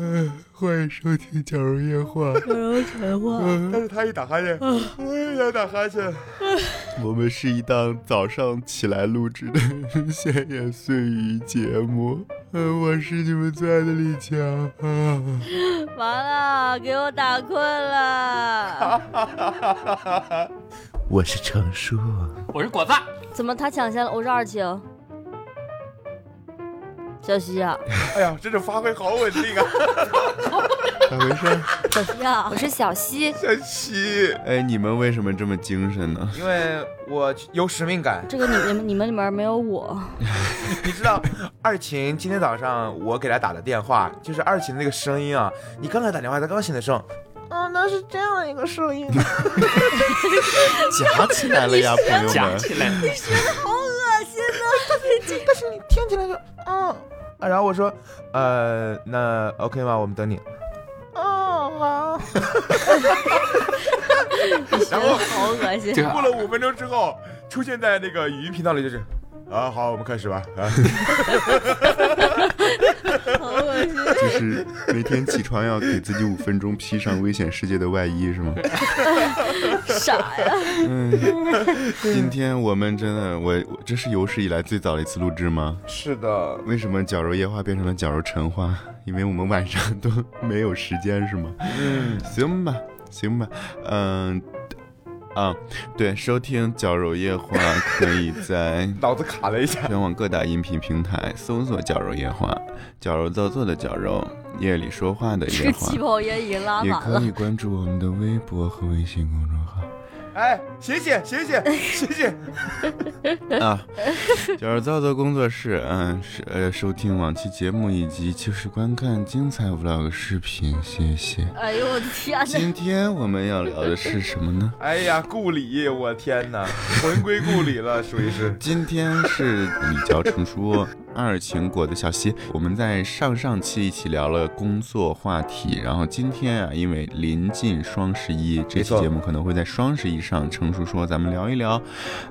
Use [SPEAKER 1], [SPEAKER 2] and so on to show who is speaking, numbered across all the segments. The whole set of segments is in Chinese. [SPEAKER 1] 嗯欢迎收听《假如夜话》。啊
[SPEAKER 2] 小柔传话，
[SPEAKER 3] 嗯
[SPEAKER 1] 但是他一打哈欠，我也想打哈欠。 我们是一档早上起来录制的闲言碎语节目。呃，我是你们最爱的李强啊。
[SPEAKER 2] 完了，给我打困了。
[SPEAKER 1] 啊
[SPEAKER 4] 我是程叔，
[SPEAKER 3] 我是果子，
[SPEAKER 2] 怎么他抢先了？我是二啊晴。小西啊，
[SPEAKER 1] 哎呀，真是发挥好稳定啊！咋回事？
[SPEAKER 2] 小西 啊，我是小西。
[SPEAKER 1] 真奇。 哎，你们为什么这么精神呢？
[SPEAKER 5] 因为我有使命感。
[SPEAKER 2] 这个你你们你们里面没有我，
[SPEAKER 5] 你知道，二琴今天早上我给她打的电话，就是二琴那个声音啊。你刚才打电话，她刚醒的声，嗯，那是这样的一个声音。
[SPEAKER 1] 夹起来 了呀，朋友
[SPEAKER 3] 夹
[SPEAKER 1] 们！
[SPEAKER 3] 起来，
[SPEAKER 2] 好恶心啊！
[SPEAKER 5] 但是你听起来就嗯、啊，然后我说，呃，那 OK 吗？我们等你。哦，好。
[SPEAKER 2] 然后好恶心。
[SPEAKER 3] 这
[SPEAKER 5] 过了五分钟之后，出现在那个语音频道里就是，啊，好，我们开始吧。啊，
[SPEAKER 2] 好恶心！
[SPEAKER 1] 就是每天起床要给自己五分钟披上危险世界的外衣，是吗？
[SPEAKER 2] 傻呀！
[SPEAKER 1] 嗯今天我们真的，我我这是有史以来最早的一次录制吗？
[SPEAKER 5] 是的，
[SPEAKER 1] 为什么绞肉夜话变成了绞肉晨话？因为我们晚上都没有时间，是吗？
[SPEAKER 5] 嗯，
[SPEAKER 1] 行吧，行吧，嗯、啊，对，收听绞肉夜话可以在
[SPEAKER 5] 脑子卡了一下。
[SPEAKER 1] 全网各大音频平台搜索“绞肉夜话”，绞肉造作的绞肉，夜里说话的
[SPEAKER 2] 这
[SPEAKER 1] 夜
[SPEAKER 2] 个
[SPEAKER 1] 话
[SPEAKER 2] 气，泡烟已经拉
[SPEAKER 1] 也
[SPEAKER 2] 满
[SPEAKER 1] 可
[SPEAKER 2] 了。
[SPEAKER 1] 以关注我们的微博和微信公众号。
[SPEAKER 5] 哎，醒醒，醒醒，醒醒！
[SPEAKER 1] 啊，就是造作工作室，嗯，是呃，收听往期节目以及就是观看精彩 vlog 视频，谢谢。
[SPEAKER 2] 哎呦我的天哪！
[SPEAKER 1] 今天我们要聊的是什么呢？
[SPEAKER 5] 哎呀，故里，我天哪，魂归故里了，属于是。
[SPEAKER 1] 今天是李娇成说二情果的小溪，我们在上上期一起聊了工作话题，然后今天啊，因为临近双十一，这期
[SPEAKER 5] 没错
[SPEAKER 1] 节目可能会在双十一上，成叔说咱们聊一聊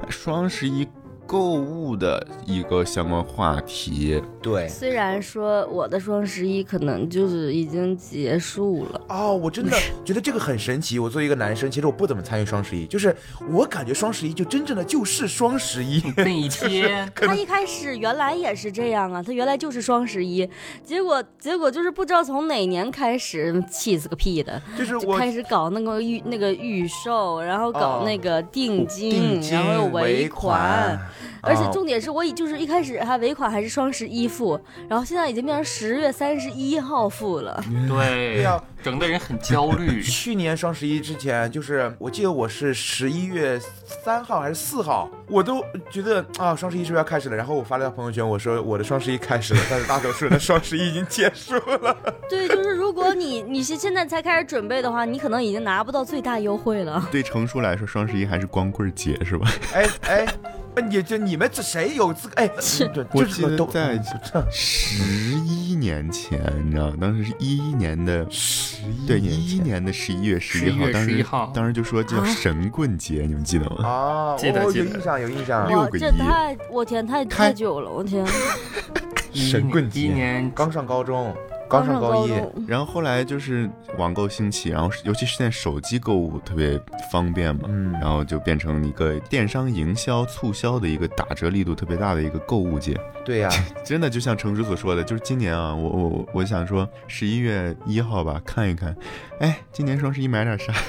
[SPEAKER 1] 双十一购物的一个相关话题。
[SPEAKER 5] 对，
[SPEAKER 2] 虽然说我的双十一可能就是已经结束了，
[SPEAKER 5] 哦，我真的觉得这个很神奇。我作为一个男生，其实我不怎么参与双十一，就是我感觉双十一就真正的就是双十 一。
[SPEAKER 3] 那 一天
[SPEAKER 2] 他一开始原来也是这样啊，他原来就是双十一，结果结果就是不知道从哪年开始，气死个屁的，
[SPEAKER 5] 就是
[SPEAKER 2] 就
[SPEAKER 5] 我
[SPEAKER 2] 开始搞那个预那个预售，然后搞
[SPEAKER 5] 哦
[SPEAKER 2] 那个定金，
[SPEAKER 5] 定
[SPEAKER 2] 然后又
[SPEAKER 5] 金
[SPEAKER 2] 尾
[SPEAKER 5] 尾
[SPEAKER 2] 款，而且
[SPEAKER 5] 啊
[SPEAKER 2] 重点是我已就是一开始还尾款还是双十一付，然后现在已经变成十月三十一号付了，
[SPEAKER 3] 对
[SPEAKER 1] 啊
[SPEAKER 5] 呀，。
[SPEAKER 3] 整的人很焦虑
[SPEAKER 5] 去年双十一之前，就是我记得我是十一月三号还是四号，我都觉得啊，双十一是不是要开始了？然后我发了条朋友圈，我说我的双十一开始了，但是大多数人的双十一已经结束了。
[SPEAKER 2] 对，就是如果你你是现在才开始准备的话，你可能已经拿不到最大优惠了。
[SPEAKER 1] 对成叔来说，双十一还是光棍节是吧？
[SPEAKER 5] 哎哎，你就你们这谁有资格？哎，对
[SPEAKER 1] 我
[SPEAKER 5] 就是
[SPEAKER 1] 记得嗯
[SPEAKER 5] 都
[SPEAKER 1] 在
[SPEAKER 5] 这
[SPEAKER 1] 十一年前，你知道，当时是一一年的，
[SPEAKER 5] 十一
[SPEAKER 1] 对，
[SPEAKER 5] 年
[SPEAKER 1] 一一年的十一月 十一
[SPEAKER 3] 11
[SPEAKER 1] 号，
[SPEAKER 3] 月
[SPEAKER 1] 当时
[SPEAKER 3] 11号
[SPEAKER 1] 当时就说叫神棍节，你们记得吗？
[SPEAKER 5] 啊，
[SPEAKER 3] 记得
[SPEAKER 5] 我
[SPEAKER 3] 记
[SPEAKER 5] 有
[SPEAKER 3] 得
[SPEAKER 5] 印象有印象。
[SPEAKER 1] 六
[SPEAKER 2] 哇，
[SPEAKER 1] 个
[SPEAKER 2] 这
[SPEAKER 1] 亿
[SPEAKER 2] 太我天太
[SPEAKER 1] 开
[SPEAKER 2] 太久了，我天，
[SPEAKER 5] 神棍节
[SPEAKER 3] 一年
[SPEAKER 5] 刚上高中，
[SPEAKER 2] 刚
[SPEAKER 5] 上
[SPEAKER 2] 高
[SPEAKER 5] 一，
[SPEAKER 2] 中。
[SPEAKER 1] 然后后来就是网购兴起，然后尤其是现在手机购物特别方便嘛，
[SPEAKER 5] 嗯
[SPEAKER 1] 然后就变成一个电商营销促销的一个打折力度特别大的一个购物节。
[SPEAKER 5] 对呀、
[SPEAKER 1] 真的就像程叔所说的，就是今年啊，我我我我想说十一月一号吧，看一看，哎，今年双十一买点啥？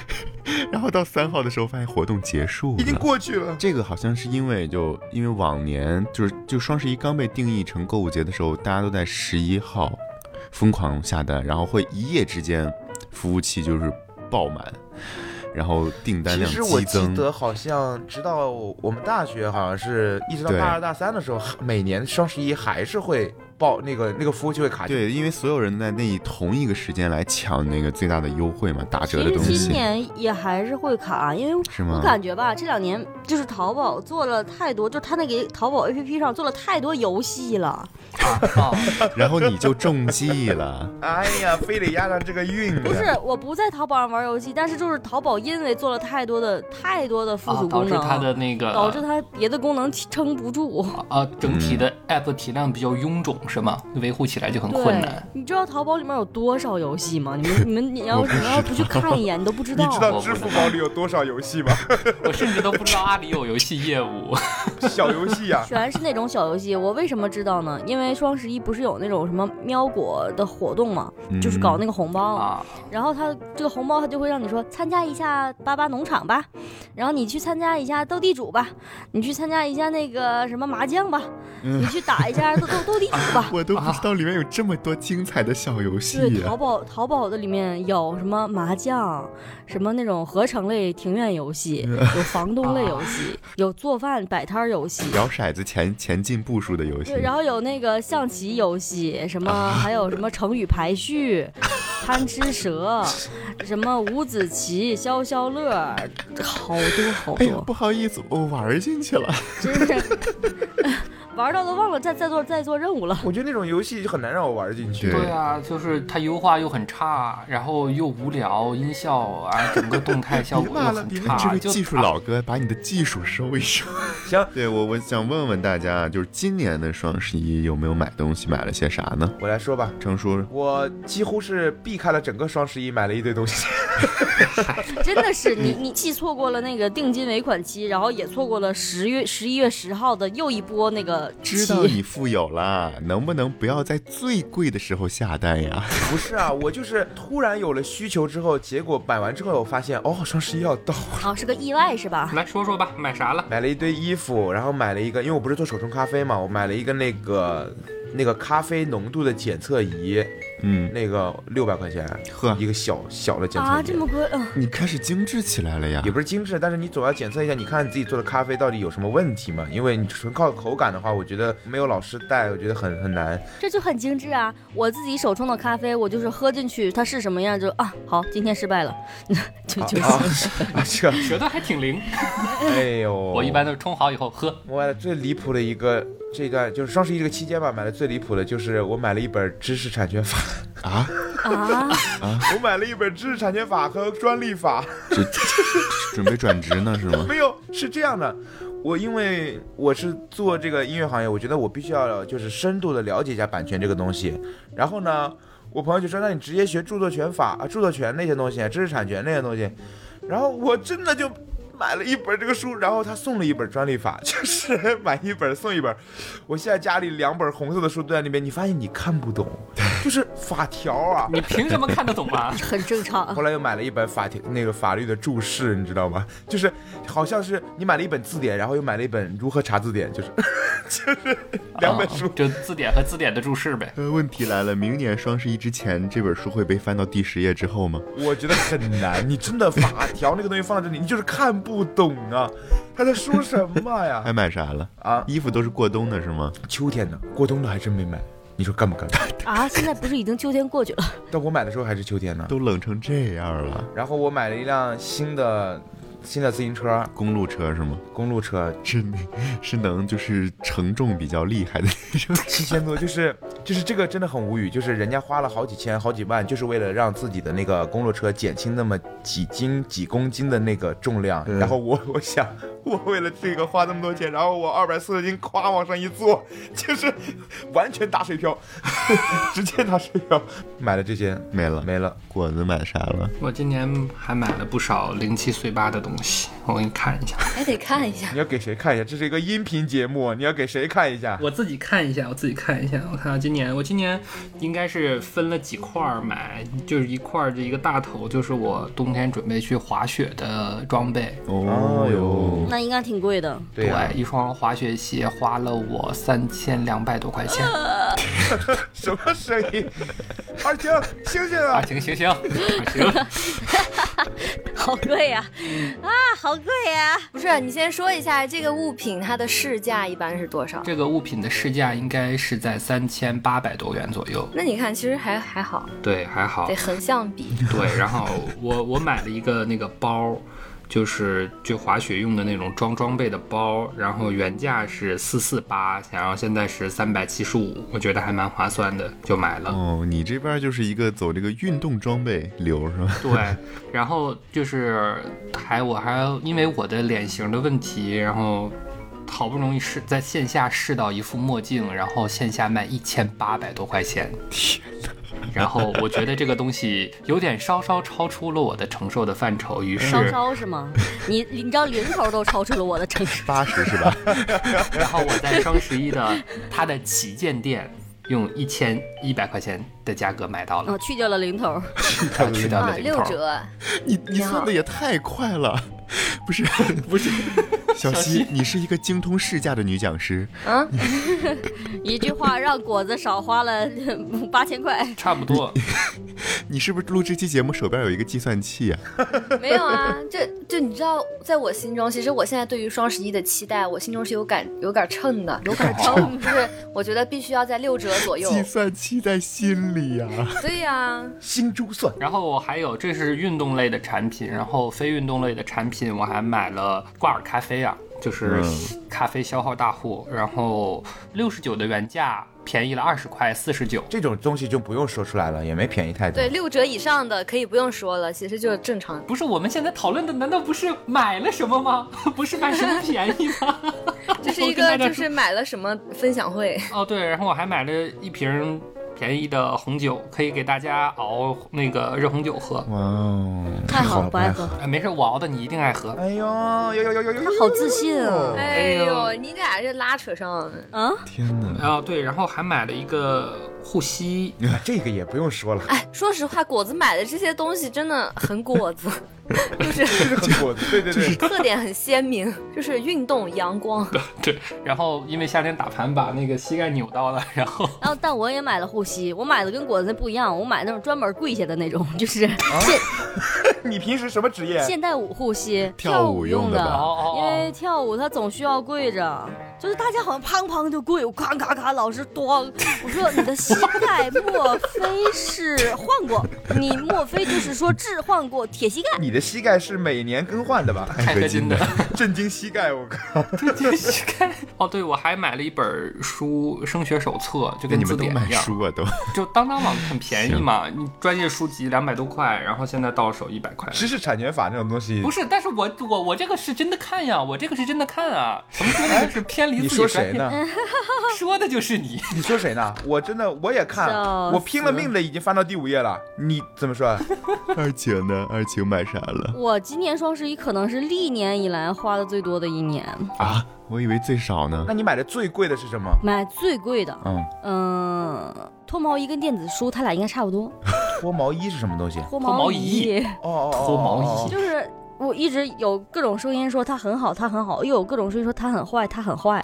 [SPEAKER 1] 然后到三号的时候发现活动结束了，
[SPEAKER 5] 已经过去了。
[SPEAKER 1] 这个好像是因为就因为往年就是就双十一刚被定义成购物节的时候，大家都在十一号疯狂下单，然后会一夜之间服务器就是爆满，然后订单
[SPEAKER 5] 其
[SPEAKER 1] 量
[SPEAKER 5] 实我
[SPEAKER 1] 激
[SPEAKER 5] 记
[SPEAKER 1] 增。
[SPEAKER 5] 得好像，直到我们大学好像是一直到
[SPEAKER 1] 对
[SPEAKER 5] 大二大三的时候，每年双十一还是会报那个那个服务器会卡。，
[SPEAKER 1] 对，因为所有人在那一同一个时间来抢那个最大的优惠嘛，打折的
[SPEAKER 2] 其实
[SPEAKER 1] 东
[SPEAKER 2] 今
[SPEAKER 1] 西，
[SPEAKER 2] 年也还是会卡，因为
[SPEAKER 1] 是
[SPEAKER 2] 我
[SPEAKER 1] 吗？
[SPEAKER 2] 感觉吧，这两年就是淘宝做了太多，就他那个淘宝 APP 上做了太多游戏了。
[SPEAKER 3] 啊，哦
[SPEAKER 1] 然后你就中计了。
[SPEAKER 5] 哎呀，非得压上这个运啊。
[SPEAKER 2] 不是，我不在淘宝上玩游戏，但是就是淘宝因为做了太多的太多的附
[SPEAKER 3] 啊
[SPEAKER 2] 属
[SPEAKER 3] 导
[SPEAKER 2] 功
[SPEAKER 3] 致
[SPEAKER 2] 能，
[SPEAKER 3] 他的那个啊
[SPEAKER 2] 导致它别的功能撑不住。
[SPEAKER 3] 啊，整体的 app 体量比较臃肿，是吗？维护起来就很困难。
[SPEAKER 2] 你知道淘宝里面有多少游戏吗？你 们你们你要你们要不去看一眼，你都不知
[SPEAKER 5] 你
[SPEAKER 2] 道。
[SPEAKER 5] 知道支付宝里有多少游戏吗？
[SPEAKER 3] 我甚至都不知道阿里有游戏业务。
[SPEAKER 5] 小游戏啊呀、
[SPEAKER 2] 全是那种小游戏，我为什么知道呢？因为双十一不是有那种什么喵果的活动嘛，
[SPEAKER 1] 嗯
[SPEAKER 2] 就是搞那个红包，
[SPEAKER 3] 啊，
[SPEAKER 2] 然后他这个红包他就会让你说参加一下巴巴农场吧，然后你去参加一下斗地主吧，你去参加一下那个什么麻将吧，
[SPEAKER 1] 嗯。
[SPEAKER 2] 你去打一下斗斗斗地主吧
[SPEAKER 1] 我都不知道里面有这么多精彩的小游戏
[SPEAKER 2] 对，
[SPEAKER 1] 呀、
[SPEAKER 2] 淘宝淘宝的里面有什么麻将，什么那种合成类庭院游戏，有房东类游戏，有做饭摆摊儿游戏，
[SPEAKER 1] 摇骰子前前进步数的游戏
[SPEAKER 2] 对，，然后有那个象棋游戏，什
[SPEAKER 1] 啊
[SPEAKER 2] 么还有什么成语排序、贪吃蛇，什么五子棋、消消乐，好多好
[SPEAKER 1] 哎呀，
[SPEAKER 2] 多，
[SPEAKER 1] 不好意思，我玩进去 了。
[SPEAKER 2] 真是玩到都忘了在在做在做任务了。
[SPEAKER 5] 我觉得那种游戏就很难让我玩进去。
[SPEAKER 1] 对
[SPEAKER 3] 对啊，就是它优化又很差，然后又无聊，音效啊，整个动态效
[SPEAKER 1] 别
[SPEAKER 3] 果
[SPEAKER 1] 骂
[SPEAKER 3] 又
[SPEAKER 1] 了，
[SPEAKER 3] 很
[SPEAKER 1] 别
[SPEAKER 3] 差
[SPEAKER 1] 骂。这位
[SPEAKER 3] 就
[SPEAKER 1] 技术
[SPEAKER 3] 啊
[SPEAKER 1] 老哥，把你的技术收一 收。
[SPEAKER 5] 行，
[SPEAKER 1] 对我，我想问问大家，就是今年的双十一有没有买东西，买了些啥呢？
[SPEAKER 5] 我来说吧，
[SPEAKER 1] 程叔，
[SPEAKER 5] 我几乎是避开了整个双十一，买了一堆东西。
[SPEAKER 2] 真的是你
[SPEAKER 1] 嗯
[SPEAKER 2] 你既错过了那个定金尾款期，然后也错过了十月十一月十号的又一波那个
[SPEAKER 1] 知道
[SPEAKER 2] 期。
[SPEAKER 1] 你富有了，能不能不要在最贵的时候下单呀？
[SPEAKER 5] 不是啊，我就是突然有了需求之后，结果买完之后，我发现哦，双十一要到了。
[SPEAKER 2] 啊，是个意外是吧？
[SPEAKER 3] 来说说吧，买啥了？
[SPEAKER 5] 买了一堆衣服，然后买了一个，因为我不是做手冲咖啡嘛，我买了一个那个那个咖啡浓度的检测仪，
[SPEAKER 1] 嗯，
[SPEAKER 5] 那个六百块钱，
[SPEAKER 1] 呵
[SPEAKER 5] 一个小小的检测仪。
[SPEAKER 2] 啊，这么贵啊！
[SPEAKER 1] 你开始精致起来了呀
[SPEAKER 5] 也。不是精致，但是你总要检测一下，你看你自己做的咖啡到底有什么问题嘛？因为你纯靠口感的话，我觉得没有老师带，我觉得很很难。
[SPEAKER 2] 这就很精致啊！我自己手冲的咖啡，我就是喝进去它是什么样就啊，好，今天失败了，就就
[SPEAKER 5] 啊
[SPEAKER 2] 是。
[SPEAKER 5] 啊，这，
[SPEAKER 3] 舌头还挺灵。
[SPEAKER 5] 哎呦，
[SPEAKER 1] 哦
[SPEAKER 3] 我一般都是冲好以后喝。
[SPEAKER 5] 我买了最离谱的一个，这段就是双十一这个期间吧，买的最离谱的就是我买了一本知识产权法，
[SPEAKER 1] 啊，
[SPEAKER 2] 啊，
[SPEAKER 5] 我买了一本知识产权法和专利法，
[SPEAKER 1] 这准备转职呢是吗？
[SPEAKER 5] 没有，是这样的。我因为我是做这个音乐行业，我觉得我必须要就是深度的了解一下版权这个东西。然后呢，我朋友就说：“那你直接学著作权法啊，著作权那些东西，知识产权那些东西。”然后我真的就买了一本这个书，然后他送了一本专利法， 就是买一本送一本。我现在家里两本红色的书都在那边，你发现你看不懂，就是法条 啊。
[SPEAKER 3] 你凭什么看得懂 啊？
[SPEAKER 2] 很正常。
[SPEAKER 5] 后来又买了一本法条那个法律的注释，你知道吗？ 就是好像是你买了一本字典，然后又买了一本如何查字典，就是 就是两本书
[SPEAKER 3] 啊。就字典和字典的注释呗。
[SPEAKER 1] 呃，问题来了，明年双十一之前，这本书会被翻到第十页之后吗？
[SPEAKER 5] 我觉得很难，你真的法条那个东西放在这里，你就是看不懂啊，他在说什么 呀
[SPEAKER 1] 还？买啥了？
[SPEAKER 5] 啊，
[SPEAKER 1] 衣服都是过冬的是吗？
[SPEAKER 5] 秋天的，过冬的还真没买。你说干不 干？
[SPEAKER 2] 啊，现在不是已经秋天过去了？
[SPEAKER 5] 但我买的时候还是秋天呢。
[SPEAKER 1] 都冷成这样了，
[SPEAKER 5] 然后我买了一辆新的新的自行车，
[SPEAKER 1] 公路车是吗？
[SPEAKER 5] 公路车，
[SPEAKER 1] 是是能就是承重比较厉害的那种。
[SPEAKER 5] 七千多，就是就是这个真的很无语，就是人家花了好几千好几万，就是为了让自己的那个公路车减轻那么几斤几公斤的那个重量。
[SPEAKER 1] 嗯
[SPEAKER 5] 然后我我想，我为了这个花那么多钱，然后我二百四十斤夸往上一坐，就是完全打水漂， 直接打水漂。买了这些
[SPEAKER 1] 没了，
[SPEAKER 5] 没了，
[SPEAKER 1] 果子买啥了？
[SPEAKER 3] 我今年还买了不少零七碎八的东西，我给你看一下。
[SPEAKER 2] 还哎得看一下。
[SPEAKER 5] 你要给谁看一下？这是一个音频节目，你要给谁看一下？
[SPEAKER 3] 我自己看一下，我自己看一下，我看看今年，我今年应该是分了几块儿买，就是一块儿这一个大头，就是我冬天准备去滑雪的装备。
[SPEAKER 1] 哦哟，
[SPEAKER 2] 那应该挺贵 的，
[SPEAKER 5] 对呀、
[SPEAKER 3] 一双滑雪鞋花了我三千两百多块钱。
[SPEAKER 5] 什么声音？二青，醒醒
[SPEAKER 3] 啊，
[SPEAKER 5] 啊！
[SPEAKER 3] 行行行行，
[SPEAKER 2] 好贵呀、啊！好贵呀、
[SPEAKER 4] 不是，你先说一下这个物品它的市价一般是多少？
[SPEAKER 3] 这个物品的市价应该是在三千八百多元左右。
[SPEAKER 4] 那你看，其实还还好，
[SPEAKER 3] 对，还好
[SPEAKER 4] 得横向比。
[SPEAKER 3] 对，然后我我买了一个那个包，就是去滑雪用的那种装装备的包，然后原价是四四八，然后现在是三百七十五，我觉得还蛮划算的，就买了。
[SPEAKER 1] 哦，你这边就是一个走这个运动装备流是 吧？
[SPEAKER 3] 对，然后就是还我还因为我的脸型的问题，然后好不容易试在线下试到一副墨镜，然后线下卖一千八百多块钱，
[SPEAKER 1] 天
[SPEAKER 3] 然后我觉得这个东西有点稍稍超出了我的承受的范畴，于
[SPEAKER 2] 稍
[SPEAKER 3] 是，
[SPEAKER 2] 稍是吗？你你知道零头都超出了我的承受，
[SPEAKER 1] 八十是吧？
[SPEAKER 3] 然后我在双十一的它的旗舰店用一千一百块钱的价格买到了，
[SPEAKER 2] 嗯，去掉了零头，
[SPEAKER 3] 它去掉
[SPEAKER 4] 啊，
[SPEAKER 3] 了零
[SPEAKER 4] 六
[SPEAKER 3] 头。
[SPEAKER 4] 折，
[SPEAKER 1] 你你
[SPEAKER 4] 挺好
[SPEAKER 1] 算的也太快了， 不是不是，小溪，你是一个精通市价的女讲师，
[SPEAKER 4] 嗯，
[SPEAKER 2] 一句话让果子少花了 八千块，
[SPEAKER 3] 差不多，
[SPEAKER 1] 你是不是录这期节目手边有一个计算器啊？
[SPEAKER 4] 没有 啊，这就你知道，在我心中，其实我现在对于双十一的期待，我心中是有杆有杆秤的，有杆秤，就是我觉得必须要在六折
[SPEAKER 2] 哎
[SPEAKER 4] 左 右。
[SPEAKER 1] 计算器在心里呀、
[SPEAKER 4] 对呀、
[SPEAKER 5] 心珠算。
[SPEAKER 3] 然后我还有这是运动类的产品，然后非运动类的产品我还买了挂耳咖啡啊，就是咖啡消耗大户，然后六十九的原价便宜了二十块四十九，
[SPEAKER 5] 这种东西就不用说出来了，也没便宜太多
[SPEAKER 4] 对，。六折以上的可以不用说了，其实就是正常。
[SPEAKER 3] 不是我们现在讨论的，难道不是买了什么吗？ 不是买什么便宜吗？
[SPEAKER 4] 这是一
[SPEAKER 3] 我
[SPEAKER 4] 个
[SPEAKER 3] 跟大家
[SPEAKER 4] 就是买了什么分享会，
[SPEAKER 3] 哦对，然后我还买了一瓶便宜的红酒，可以给大家熬那个热红酒喝。
[SPEAKER 1] 哇哦，
[SPEAKER 2] 太
[SPEAKER 5] 好
[SPEAKER 2] 好
[SPEAKER 5] 了
[SPEAKER 2] 了，不爱
[SPEAKER 5] 不爱
[SPEAKER 2] 喝，
[SPEAKER 3] 哎，没事，我熬的你一定爱喝。
[SPEAKER 5] 哎呦，呦呦呦呦呦！
[SPEAKER 2] 好自信啊！
[SPEAKER 4] 哎
[SPEAKER 3] 呦
[SPEAKER 4] 呦，你俩这拉扯上了，
[SPEAKER 2] 啊，
[SPEAKER 1] 天哪！
[SPEAKER 3] 哦对，然后还买了一个护膝，
[SPEAKER 5] 哎这个也不用说了，
[SPEAKER 4] 哎，说实话，果子买的这些东西真的很果子， 就是
[SPEAKER 5] 这个很火的。对对对，
[SPEAKER 4] 特点很鲜明，就是运动阳光。
[SPEAKER 3] 对，然后因为夏天打盘把那个膝盖扭到了，然后
[SPEAKER 2] 然后但我也买了护膝，我买的跟果子不一样，我买那种专门跪下的那种，就是现
[SPEAKER 5] 你平时什么职业？
[SPEAKER 2] 现代舞护膝，
[SPEAKER 1] 跳舞
[SPEAKER 2] 舞
[SPEAKER 1] 用
[SPEAKER 2] 用
[SPEAKER 1] 的吧
[SPEAKER 3] 哦 哦
[SPEAKER 2] 因为跳舞它总需要跪着，就是大家好像砰砰就跪，我咔咔咔，老师咣，我说你的膝盖莫非是换过？你莫非就是说置换过铁膝盖？
[SPEAKER 5] 你的膝盖是每年更换的吧？
[SPEAKER 3] 钛合金的，
[SPEAKER 5] 震惊膝盖，我靠！
[SPEAKER 3] 这膝盖。哦，对，我还买了一本书，升学手册，就
[SPEAKER 1] 那
[SPEAKER 3] 跟
[SPEAKER 1] 你
[SPEAKER 3] 字
[SPEAKER 1] 们都
[SPEAKER 3] 典
[SPEAKER 1] 买
[SPEAKER 3] 一样，
[SPEAKER 1] 书啊都？
[SPEAKER 3] 就当当网很便宜嘛，你专业书籍两百多块，然后现在到手一百块。
[SPEAKER 5] 知识产权法这种东西
[SPEAKER 3] 不，是，但是我我我这个是真的看呀，我这个是真的看啊。我们说那 个是偏离
[SPEAKER 5] 你
[SPEAKER 3] 自
[SPEAKER 5] 说
[SPEAKER 3] 己专
[SPEAKER 5] 谁
[SPEAKER 3] 业，
[SPEAKER 5] 呢？
[SPEAKER 3] 说的就是 你。
[SPEAKER 5] 你说谁呢？我真的我也看，
[SPEAKER 2] 笑死
[SPEAKER 5] 我拼了命的已经翻到第五页了。你怎么说？
[SPEAKER 1] 二晴呢？二晴买啥了
[SPEAKER 2] 我今年双十一可能是历年以来花的最多的一年，
[SPEAKER 1] 啊？我以为最少呢
[SPEAKER 5] 那。你买的最贵的是什么？
[SPEAKER 2] 买最贵的，
[SPEAKER 5] 嗯，
[SPEAKER 2] 嗯，脱毛仪跟电子书，它俩应该差不多。
[SPEAKER 5] 脱毛衣是什么东西？哦
[SPEAKER 2] 脱
[SPEAKER 3] 毛
[SPEAKER 2] 毛
[SPEAKER 3] 仪
[SPEAKER 2] 仪
[SPEAKER 5] 哦哦，
[SPEAKER 3] 脱毛
[SPEAKER 5] 哦
[SPEAKER 3] 衣
[SPEAKER 2] 就是我一直有各种声音说它很好，它很好，又有各种声音说它很坏，它很坏，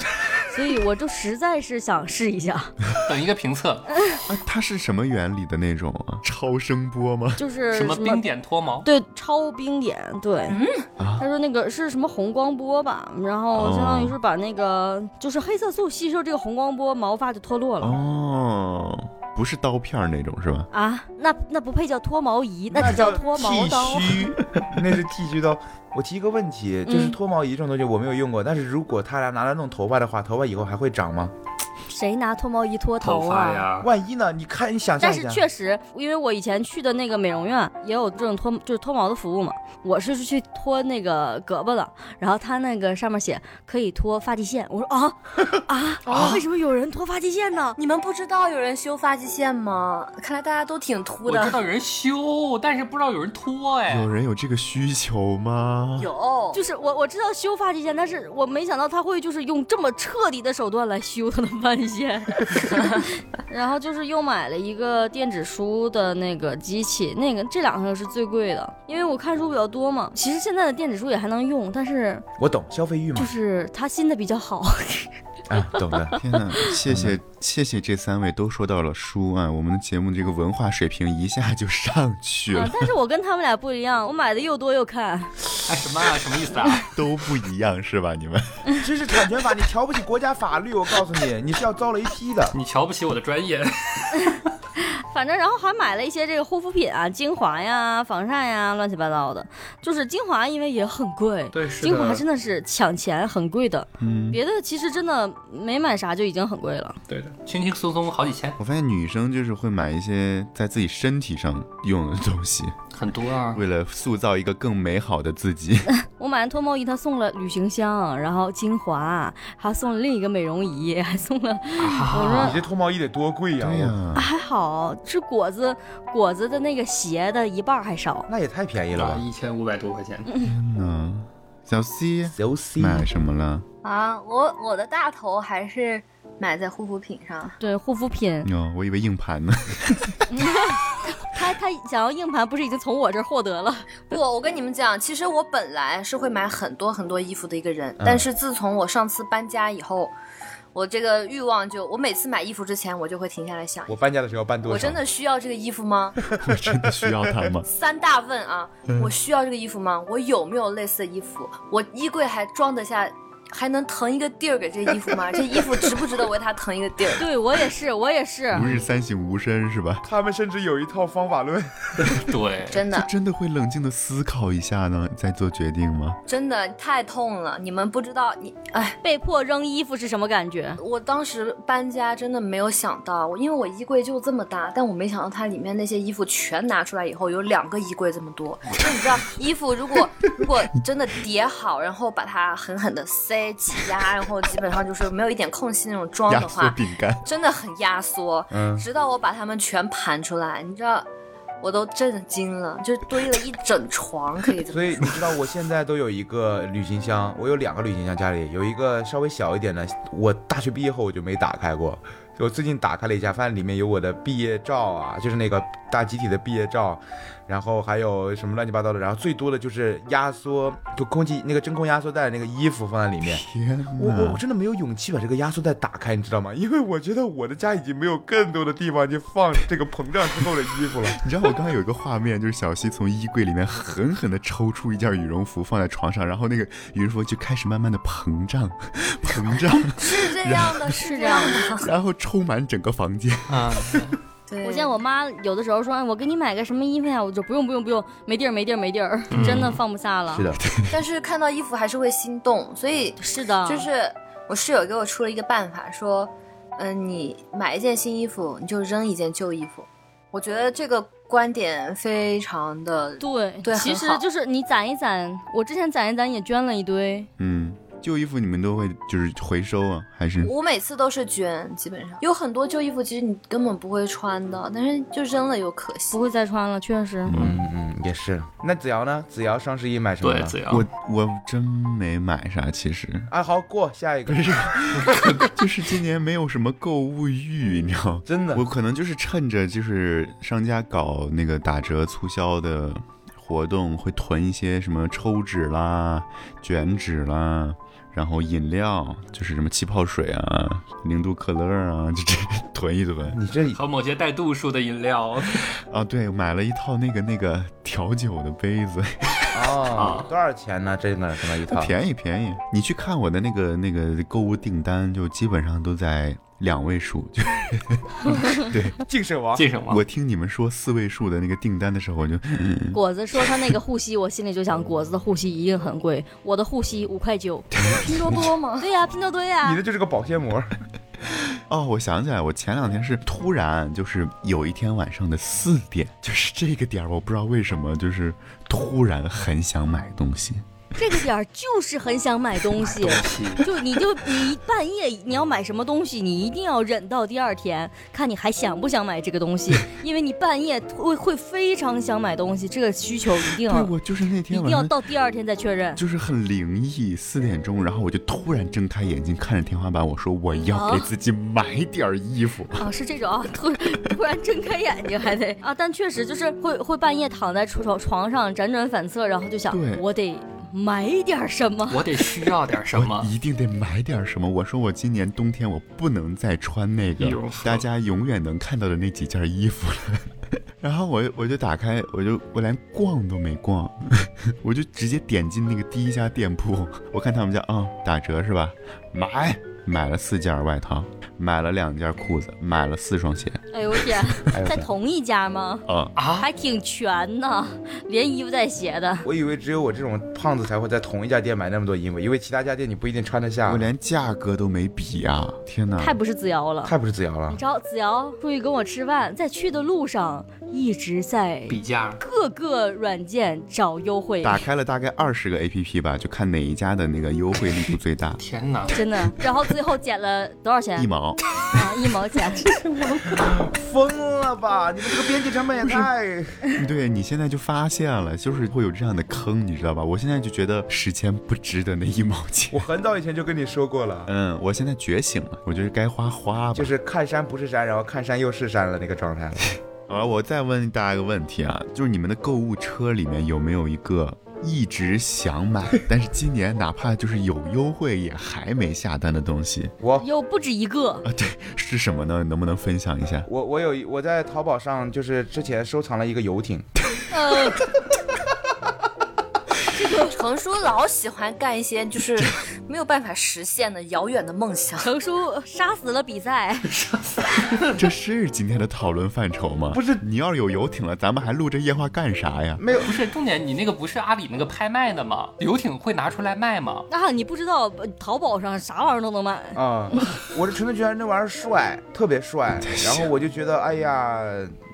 [SPEAKER 2] 所以我就实在是想试一下。
[SPEAKER 3] 等一个评测，
[SPEAKER 1] 啊，它是什么原理的那种啊？超声波吗？
[SPEAKER 2] 就是
[SPEAKER 3] 呃什么冰点脱毛，
[SPEAKER 2] 对，超冰点，对。
[SPEAKER 1] 啊
[SPEAKER 2] 他说那个是什么红光波吧，然后相当于是把那个、就是黑色素吸收这个红光波，毛发就脱落了。
[SPEAKER 1] 哦，不是刀片儿那种是吧？
[SPEAKER 2] 啊，那那不配叫脱毛仪，
[SPEAKER 5] 那
[SPEAKER 2] 只叫脱毛刀啊
[SPEAKER 5] 剃。须，那是剃须刀。我提一个问题，
[SPEAKER 2] 嗯
[SPEAKER 5] 就是脱毛仪这种东西我没有用过，但是如果他俩拿来弄头发的话，头发以后还会长吗？
[SPEAKER 2] 谁拿脱毛仪脱
[SPEAKER 3] 头
[SPEAKER 2] 头
[SPEAKER 3] 发
[SPEAKER 2] 啊？
[SPEAKER 3] 呀，
[SPEAKER 5] 万一呢？你看，你想象
[SPEAKER 2] 但
[SPEAKER 5] 一
[SPEAKER 2] 是
[SPEAKER 5] 下，
[SPEAKER 2] 确实，因为我以前去的那个美容院也有这种脱就是脱毛的服务嘛，我是去脱那个胳膊的，然后他那个上面写可以脱发际线，我说啊 啊为什么有人脱发际线呢？
[SPEAKER 4] 你们不知道有人修发际线吗？看来大家都挺秃
[SPEAKER 3] 我知
[SPEAKER 4] 的。
[SPEAKER 3] 道有人修，但是不知道有人脱哎。
[SPEAKER 1] 有人有这个需求吗？
[SPEAKER 4] 有，就
[SPEAKER 2] 就是我我知道修发际线，但是我没想到他会就是用这么彻底的手段来修他的发际线。 然后就是又买了一个电子书的那个机器，那个这两个是最贵的，因为我看书比较多嘛。其实现在的电子书也还能用，但是
[SPEAKER 5] 我懂消费欲嘛
[SPEAKER 2] 就，是它新的比较好。
[SPEAKER 5] 啊，懂的。
[SPEAKER 1] 天呐，谢谢谢谢这三位都说到了书啊，我们的节目这个文化水平一下就上去
[SPEAKER 2] 啊
[SPEAKER 1] 了，，
[SPEAKER 2] 但是我跟他们俩不一样，我买的又多又看。
[SPEAKER 3] 哎，什么啊什么意思啊？
[SPEAKER 1] 都不一样是吧？你们
[SPEAKER 5] 知识产权法，你瞧不起国家法律，我告诉你，你是要遭雷劈 的。
[SPEAKER 3] 你瞧不起我的专业。
[SPEAKER 2] 反正然后还买了一些这个护肤品啊，精华呀、防晒呀，乱七八糟的。就是精华因为也很贵，
[SPEAKER 3] 对是的
[SPEAKER 2] 精华真的是抢钱，很贵的。
[SPEAKER 1] 嗯
[SPEAKER 2] 别的其实真的没买啥就已经很贵了。
[SPEAKER 3] 对的，轻轻松松好几千。
[SPEAKER 1] 我发现女生就是会买一些在自己身体上用的东西，
[SPEAKER 3] 很多啊。
[SPEAKER 1] 为了塑造一个更美好的自己，
[SPEAKER 2] 我买完脱毛仪，他送了旅行箱，然后精华，还送了另一个美容仪，还送了 嗯
[SPEAKER 5] 你这脱毛衣得多贵哎呀、
[SPEAKER 1] 对呀，
[SPEAKER 2] 还好是果子果子的那个鞋的一半儿还少。
[SPEAKER 5] 那也太便宜了
[SPEAKER 1] 哎
[SPEAKER 3] 啊，
[SPEAKER 5] 吧
[SPEAKER 3] 一千五百多块钱，
[SPEAKER 1] 嗯，小 C
[SPEAKER 5] ！So C，
[SPEAKER 1] 买什么了？
[SPEAKER 4] 啊，我我的大头还是买在护肤品上，
[SPEAKER 2] 对护肤品，
[SPEAKER 1] 哟，我以为硬盘呢。
[SPEAKER 2] 他他想要硬盘，不是已经从我这儿获得了？
[SPEAKER 4] 不，我跟你们讲，其实我本来是会买很多很多衣服的一个人，
[SPEAKER 3] 嗯
[SPEAKER 4] 但是自从我上次搬家以后，我这个欲望就，我每次买衣服之前，我就会停下来想，
[SPEAKER 5] 我搬家的时候要搬多少？
[SPEAKER 4] 我真的需要这个衣服吗？
[SPEAKER 1] 我真的需要它吗？
[SPEAKER 4] 三大问啊，我需要这个衣服吗？我有没有类似的衣服？我衣柜还装得下，还能腾一个地儿给这衣服吗？这衣服值不值得为它腾一个地儿？
[SPEAKER 2] 对我也是，我也是
[SPEAKER 1] 吾。日三省吾身是吧？
[SPEAKER 5] 他们甚至有一套方法论，
[SPEAKER 3] 对，
[SPEAKER 4] 真
[SPEAKER 1] 就
[SPEAKER 4] 的，
[SPEAKER 1] 真的会冷静的思考一下呢，再做决定吗？
[SPEAKER 4] 真的太痛了，你们不知道，你哎。
[SPEAKER 2] 被迫扔衣服是什么感觉？
[SPEAKER 4] 我当时搬家真的没有想到，我因为我衣柜就这么大，但我没想到它里面那些衣服全拿出来以后有两个衣柜这么多。那你知道，衣服如果如果真的叠好，然后把它狠狠的塞挤压，然后基本上就是没有一点空隙那种装
[SPEAKER 1] 压
[SPEAKER 4] 的
[SPEAKER 1] 缩
[SPEAKER 4] 话，
[SPEAKER 1] 饼干，
[SPEAKER 4] 真的很压缩。
[SPEAKER 5] 嗯
[SPEAKER 4] 直到我把它们全盘出来，你知道，我都震惊了，就堆了一整床，可以这么
[SPEAKER 5] 所以你知道我现在都有一个旅行箱，我有两个旅行箱，家里有一个稍微小一点的，我大学毕业后我就没打开过。我最近打开了一下，发现里面有我的毕业照啊，就是那个大集体的毕业照，然后还有什么乱七八糟的，然后最多的就是压缩，就空气那个真空压缩袋那个衣服放在里面。
[SPEAKER 1] 天
[SPEAKER 5] 我我
[SPEAKER 1] 哪
[SPEAKER 5] 我！真的没有勇气把这个压缩袋打开，你知道吗？因为我觉得我的家已经没有更多的地方去放这个膨胀之后的衣服了。
[SPEAKER 1] 你知道我刚才有一个画面，就是小西从衣柜里面狠狠地抽出一件羽绒服放在床上，然后那个羽绒服就开始慢慢的膨胀， 膨胀，
[SPEAKER 4] 是这样 的，是这样的。
[SPEAKER 1] 然后充满整个房间。
[SPEAKER 3] 啊，
[SPEAKER 4] 对，
[SPEAKER 2] 我见我妈有的时候说，哎，我给你买个什么衣服呀？我就不用不用不用，没地儿没地儿没地儿，真的放不下了。
[SPEAKER 5] 的，
[SPEAKER 4] 但 是看到衣服还是会心动，所以
[SPEAKER 2] 是的，
[SPEAKER 4] 就是我室友给我出了一个办法，说，嗯、你买一件新衣服，你就扔一件旧衣服。我觉得这个观点非常
[SPEAKER 5] 嗯
[SPEAKER 4] 的
[SPEAKER 2] 对
[SPEAKER 4] 对
[SPEAKER 2] 其
[SPEAKER 4] 很
[SPEAKER 2] 实
[SPEAKER 4] 好
[SPEAKER 2] 就是你攒一攒，我之前攒一攒也捐了一堆，
[SPEAKER 1] 嗯，旧衣服你们都会就是回收啊，还是
[SPEAKER 4] 我每次都是捐，基本上有很多旧衣服，其实你根本不会穿的，但是就扔了又可惜
[SPEAKER 2] 不。会再穿了，确实。
[SPEAKER 5] 嗯嗯，也是。那子瑶呢？子瑶双十一买什么
[SPEAKER 3] 对，
[SPEAKER 5] 了？
[SPEAKER 3] 子瑶，
[SPEAKER 1] 我我真没买啥，其实。
[SPEAKER 5] 啊，好，过下一个。
[SPEAKER 1] 就是今年没有什么购物欲，你知道吗？
[SPEAKER 5] 真的
[SPEAKER 1] 我可能就是趁着就是商家搞那个打折促销的活动，会囤一些什么抽纸啦、卷纸啦，然后饮料，就是什么气泡水啊、零度可乐啊，就这囤一囤
[SPEAKER 5] 你这
[SPEAKER 3] 和某些带度数的饮料，
[SPEAKER 1] 啊。对，买了一套那个那个调酒的杯子，，
[SPEAKER 5] 哦，多少钱呢？真的这么一套
[SPEAKER 2] 啊
[SPEAKER 1] 便宜便宜。你去看我的那个那个购物订单，就基本上都在两位数，就
[SPEAKER 5] 净身王
[SPEAKER 3] 这什么？
[SPEAKER 1] 我听你们说四位数的那个订单的时候，我就
[SPEAKER 2] 果子说他那个护膝，我心里就想，果子的护膝一定很贵，我的护膝五块 九。
[SPEAKER 4] 拼多多吗？
[SPEAKER 2] 对呀、拼多多呀、
[SPEAKER 5] 你的就是个保鲜膜。
[SPEAKER 1] 哦，我想起来，我前两天是突然就是有一天晚上的四点，就是这个点儿，我不知道为什么，就是突然很想买东西。
[SPEAKER 2] 这个点儿就是很想买东西，就你就你半夜你要买什么东西，你一定要忍到第二天，看你还想不想买这个东西，因为你半夜会会非常想买东西，这个需求一定
[SPEAKER 1] 对，
[SPEAKER 2] 要
[SPEAKER 1] 我就是那
[SPEAKER 2] 一
[SPEAKER 1] 天
[SPEAKER 2] 定
[SPEAKER 1] 晚
[SPEAKER 2] 要
[SPEAKER 1] 上
[SPEAKER 2] 到第二天再确认。
[SPEAKER 1] 就是很灵异，四点钟，然后我就突然睁开眼睛看着天花板，我说我要给自己买点儿衣服。
[SPEAKER 2] 啊，是这种啊， 突然突然睁开眼睛还得啊，但确实就是会会半夜躺在床床上辗转反侧，然后就想
[SPEAKER 1] 对
[SPEAKER 2] 我得买点儿什么。
[SPEAKER 3] 我得需要点什么
[SPEAKER 1] 我？一定得买点儿什么。我说我今年冬天我不能再穿那个
[SPEAKER 3] 羽绒服
[SPEAKER 1] 大家永远能看到的那几件衣服了。 然后我我就打开，我就我连逛都没逛， 我就直接点进那个第一家店铺，我看他们家啊、嗯打折是吧？买买了四件外套，买了两件裤子，买了四双鞋
[SPEAKER 2] 哎呦我天，在同一家吗？
[SPEAKER 1] 啊、
[SPEAKER 3] 啊
[SPEAKER 2] 还挺全呢，连衣服带鞋的。
[SPEAKER 5] 我以为只有我这种胖子才会在同一家店买那么多衣服，因为其他家店你不一定穿得下
[SPEAKER 1] 我。连价格都没比啊！天哪，
[SPEAKER 2] 太不是子瑶了。
[SPEAKER 5] 太不是子瑶了
[SPEAKER 2] 你，知道子瑶出去跟我吃饭，在去的路上，一直在
[SPEAKER 3] 比价，，
[SPEAKER 2] 各个软件找优惠，
[SPEAKER 1] 打开了大概二十个 APP 吧，就看哪一家的那个优惠力度最大
[SPEAKER 3] 天哪！
[SPEAKER 2] 真的。然后最后减了多少钱
[SPEAKER 1] 一？毛。
[SPEAKER 2] 啊，一毛钱。
[SPEAKER 5] 疯了吧？你们这个编辑成本也太……
[SPEAKER 1] 对你现在就发现了，就是会有这样的坑，你知道吧？我现在就觉得时间不值得那一毛钱
[SPEAKER 5] 我。很早以前就跟你说过了，
[SPEAKER 1] 嗯，我现在觉醒了，我觉得该花花吧。
[SPEAKER 5] 就是看山不是山，然后看山又是山了那个状态了。
[SPEAKER 1] 好啊了，我再问大家一个问题啊，就是你们的购物车里面有没有一个一直想买，但是今年哪怕就是有优惠也还没下单的东西
[SPEAKER 5] 我
[SPEAKER 2] 有不止一个，
[SPEAKER 1] 是什么呢？能不能分享一下？
[SPEAKER 5] 我我有一我在淘宝上就是之前收藏了一个游艇，
[SPEAKER 2] 呃，
[SPEAKER 4] 程叔老喜欢干一些就是没有办法实现的遥远的梦想。
[SPEAKER 2] 程叔杀死了比赛，
[SPEAKER 1] 这是今天的讨论范畴吗？
[SPEAKER 5] 不是
[SPEAKER 1] 你要是有游艇了，咱们还录这夜话干啥呀？
[SPEAKER 5] 没有
[SPEAKER 3] 不是重点，你那个不是阿里那个拍卖的吗？游艇会拿出来卖吗？
[SPEAKER 2] 啊，你不知道淘宝上啥玩意儿都能买，
[SPEAKER 5] 啊、 我这纯粹觉得那玩意儿帅，特别帅。然后我就觉得，哎呀，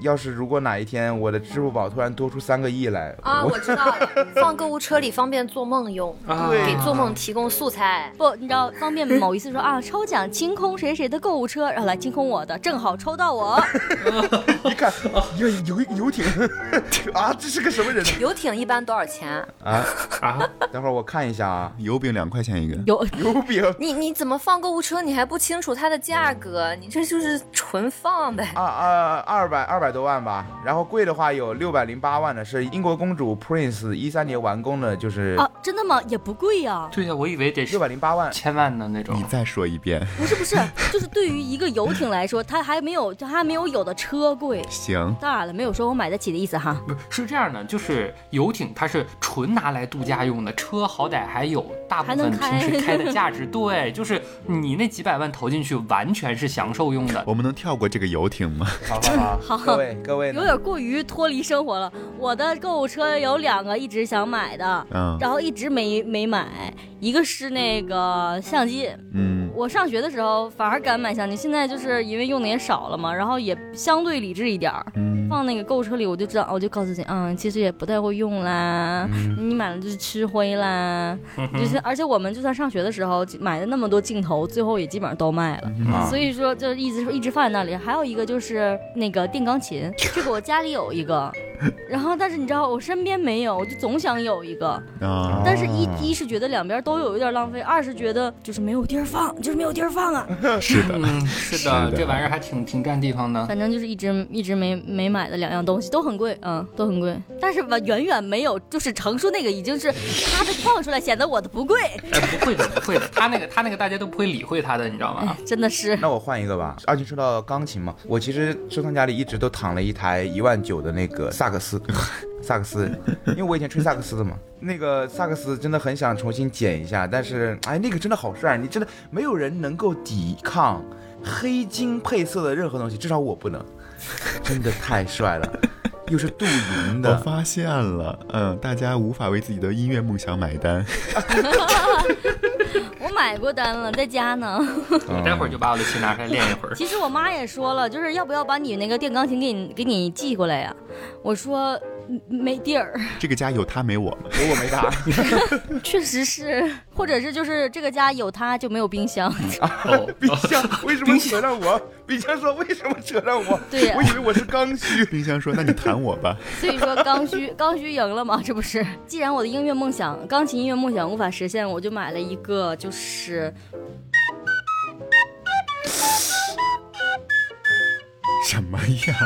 [SPEAKER 5] 要是如果哪一天我的支付宝突然多出三个亿来，
[SPEAKER 4] 啊，
[SPEAKER 5] 我
[SPEAKER 4] 我知道了，放购物车里方便做梦用，
[SPEAKER 3] 啊
[SPEAKER 4] 给做梦提供素材。
[SPEAKER 2] 不，你知道方便某一次说啊，抽奖清空谁谁的购物车，然后来清空我的，正好抽到我，
[SPEAKER 5] 一看，有有游艇啊，这是个什么人呢
[SPEAKER 4] 游艇一般多少钱？
[SPEAKER 5] 啊？
[SPEAKER 3] 啊，
[SPEAKER 5] 等会儿我看一下啊，
[SPEAKER 1] 油饼两块钱一个，
[SPEAKER 2] 有
[SPEAKER 5] 油饼
[SPEAKER 4] 你你怎么放购物车？你还不清楚它的价格？你这就是纯放呗。
[SPEAKER 5] 啊啊，二百二百多万吧。然后贵的话有六百零八万的，是英国公主 Prince 一三年完工的，就是
[SPEAKER 2] 啊，真的吗？也不贵呀、
[SPEAKER 3] 对呀、我以为得
[SPEAKER 5] 六
[SPEAKER 3] 是
[SPEAKER 5] 百零八万。
[SPEAKER 3] 千万的那
[SPEAKER 1] 你
[SPEAKER 3] 种。
[SPEAKER 1] 再说一遍。
[SPEAKER 2] 不是不是，就是对于一个游艇来说，它还没有它还没有有的车贵。
[SPEAKER 1] 行，
[SPEAKER 2] 当然了，没有说我买得起的意思哈。
[SPEAKER 3] 不是是这样的，就是游艇它是纯拿来度假用的，车好歹还有大部
[SPEAKER 2] 还能
[SPEAKER 3] 分
[SPEAKER 2] 开
[SPEAKER 3] 平时开的价值。对，就是你那几百万投进去，完全是享受用的。
[SPEAKER 1] 我们能跳过这个游艇吗？
[SPEAKER 5] 好好好，
[SPEAKER 2] 好
[SPEAKER 5] 各位各位呢
[SPEAKER 2] 有，点过于脱离生活了。我的购物车有两个一直想买的，
[SPEAKER 1] 嗯
[SPEAKER 2] 然后一直没没买。一个是那个相机，
[SPEAKER 1] 嗯，
[SPEAKER 2] 我上学的时候反而敢买相机，现在就是因为用的也少了嘛，然后也相对理智一点儿。
[SPEAKER 1] 嗯
[SPEAKER 2] 放那个购物车里，我就知道，我就告诉自己，嗯，其实也不太会用啦，
[SPEAKER 5] 嗯
[SPEAKER 2] 你买了就是吃灰啦，就是而且我们就算上学的时候买的那么多镜头，最后也基本上都卖了，
[SPEAKER 5] 啊
[SPEAKER 2] 所以说就一直一直放在那里。还有一个就是那个电钢琴，这个我家里有一个，然后但是你知道我身边没有，我就总想有一个，
[SPEAKER 1] 啊，
[SPEAKER 2] 但是一一是觉得两边都有一点浪费，二是觉得就是没有地儿放，就是没有地儿放啊。
[SPEAKER 1] 是的，
[SPEAKER 3] 嗯，是
[SPEAKER 1] 是
[SPEAKER 3] 的，
[SPEAKER 1] 的
[SPEAKER 3] 这玩意儿还挺挺占地方 的。
[SPEAKER 2] 反正就是一直一直没没买的两样东西都很贵，嗯，都很贵。但是吧，远远没有就是程叔那个已经是他的放出来，显得我的不贵，
[SPEAKER 3] 哎，不会的，不会的，他那个他那个大家都不会理会他的，你知道吗？
[SPEAKER 2] 真的是。
[SPEAKER 5] 那我换一个吧。二军说到钢琴嘛，我其实收藏夹里一直都躺了一台一万九的那个萨克斯， 萨克斯，因为我以前吹萨克斯的嘛。那个萨克斯真的很想重新捡一下，但是哎，那个真的好帅，你真的没有人能够抵抗黑金配色的任何东西，至少我不能，真的太帅了，又是镀银
[SPEAKER 1] 我
[SPEAKER 5] 的，
[SPEAKER 1] 发现了，嗯，大家无法为自己的音乐梦想买单。
[SPEAKER 2] 我买过单了，在家呢。
[SPEAKER 3] 我待会儿就把我的琴拿出来练一会 儿。
[SPEAKER 2] 其实我妈也说了，就是要不要把你那个电钢琴给你给你寄过来呀、我说嗯没地儿，
[SPEAKER 1] 这个家有他没我，
[SPEAKER 5] 我我没打。
[SPEAKER 2] 确实是，或者是就是这个家有他就没有冰箱。
[SPEAKER 3] 哦，
[SPEAKER 5] 冰箱为什么扯上我？冰箱说为什么扯上我？
[SPEAKER 2] 对呀
[SPEAKER 5] 我以为我是 刚需。
[SPEAKER 1] 冰箱说：“那你弹我吧。
[SPEAKER 2] 所以说刚需 刚需赢了嘛，这不是？既然我的音乐梦想，钢琴音乐梦想无法实现，我就买了一个就是”
[SPEAKER 1] 什么呀？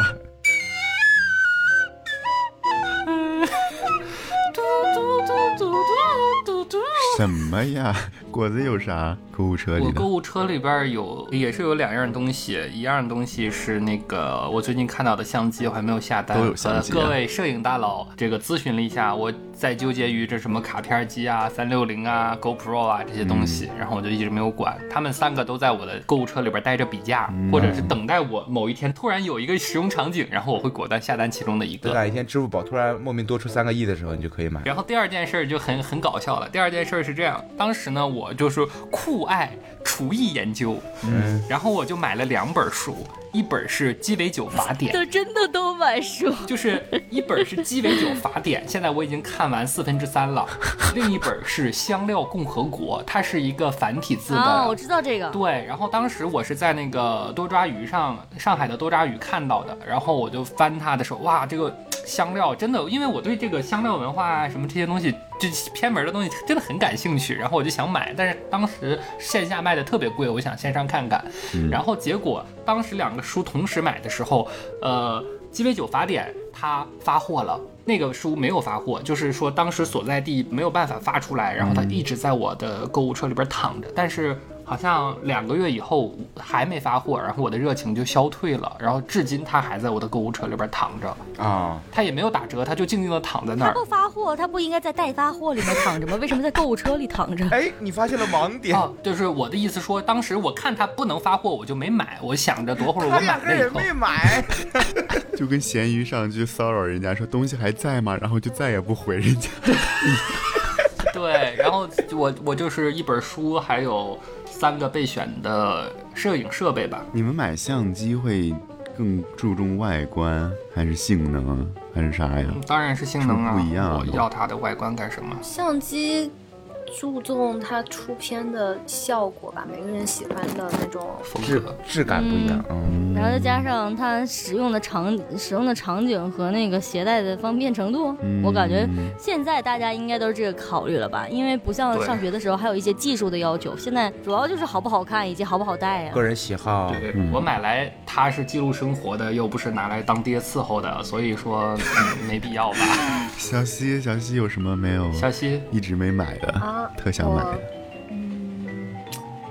[SPEAKER 1] 什么呀？果子有啥购物车里
[SPEAKER 3] 我
[SPEAKER 1] 的
[SPEAKER 3] 购？物车里边儿有也是有两样东西，一样东西是那个我最近看到的相机，我还没有下单。
[SPEAKER 1] 都有相机啊
[SPEAKER 3] 呃各位摄影大佬，这个咨询了一下，我在纠结于这什么卡片机啊、三六零啊、GoPro 啊这些东西，
[SPEAKER 1] 嗯
[SPEAKER 3] 然后我就一直没有管。他们三个都在我的购物车里边待着比价，
[SPEAKER 1] 嗯
[SPEAKER 3] 或者是等待我某一天突然有一个使用场景，然后我会果断下单其中的一
[SPEAKER 5] 等
[SPEAKER 3] 个。
[SPEAKER 5] 哪一天支付宝突然莫名多出三个亿的时候，你就可以买。
[SPEAKER 3] 然后第二件事儿就很很搞笑了。第二件事儿是这样，当时呢，我就是酷酷爱厨艺研究，
[SPEAKER 5] 嗯，
[SPEAKER 3] 然后我就买了两本书，一本是《鸡尾酒法典》，
[SPEAKER 2] 都真的都买书，
[SPEAKER 3] 就是一本是《鸡尾酒法典》，现在我已经看完四分之 三了，另一本是《香料共和国》，它是一个繁体字的。
[SPEAKER 2] 啊，我知道这个，
[SPEAKER 3] 对，然后当时我是在那个多抓鱼上，上海的多抓鱼看到的，然后我就翻它的时候，哇，这个香料真的，因为我对这个香料文化啊什么这些东西，这偏门的东西真的很感兴趣，然后我就想买，但是当时线下卖的特别贵，我想线上看看，然后结果当时两个书同时买的时候，呃，《鸡尾酒法典》它发货了。那个书没有发货，就是说当时所在地没有办法发出来，然后它一直在我的购物车里边躺着。但是好像两个月以后还没发货，然后我的热情就消退了，然后至今它还在我的购物车里边躺着，
[SPEAKER 5] 啊，
[SPEAKER 3] 它也没有打折，它就静静的躺在那
[SPEAKER 2] 他
[SPEAKER 3] 儿
[SPEAKER 2] 不。发货，他不应该在待发货里面躺着吗？为什么在购物车里躺着？
[SPEAKER 5] 哎，你发现了盲点，
[SPEAKER 3] 哦，就是我的意思说，当时我看它不能发货，我就没买，我想着多会儿
[SPEAKER 5] 他
[SPEAKER 3] 我
[SPEAKER 5] 压
[SPEAKER 3] 买
[SPEAKER 5] 根
[SPEAKER 3] 了
[SPEAKER 5] 也
[SPEAKER 3] 以后，
[SPEAKER 5] 没买。
[SPEAKER 1] 就跟闲鱼上去骚扰人家说东西还在吗？然后就再也不回人家。
[SPEAKER 3] 对，然后我我就是一本书，还有三个备选的摄影设备吧，
[SPEAKER 1] 你们买相机会更注重外观还是性能啊，还是啥呀？
[SPEAKER 3] 当然是性能啊，
[SPEAKER 1] 是不一样啊
[SPEAKER 3] 我要它的外观干什么？
[SPEAKER 4] 相机注重它出片的效果吧，每个人喜欢的那种。
[SPEAKER 3] 风
[SPEAKER 5] 质
[SPEAKER 3] 格。
[SPEAKER 5] 质感不一样，嗯，
[SPEAKER 2] 然后再加上它使用的场使用的场景和那个携带的方便程度，
[SPEAKER 1] 嗯
[SPEAKER 2] 我感觉现在大家应该都是这个考虑了吧？因为不像
[SPEAKER 3] 对
[SPEAKER 2] 上学的时候还有一些技术的要求，现在主要就是好不好看以及好不好戴呀、啊
[SPEAKER 5] 嗯个人喜好，
[SPEAKER 1] 啊
[SPEAKER 3] 对，
[SPEAKER 1] 嗯
[SPEAKER 3] 我买来它是记录生活的，又不是拿来当爹伺候的，所以说、嗯、没必要吧。
[SPEAKER 1] 小西，小西有什么没有？
[SPEAKER 3] 小西，
[SPEAKER 1] 一直没买的，
[SPEAKER 4] 啊
[SPEAKER 1] 特想买
[SPEAKER 4] 我
[SPEAKER 2] 哦
[SPEAKER 1] 的。
[SPEAKER 4] 嗯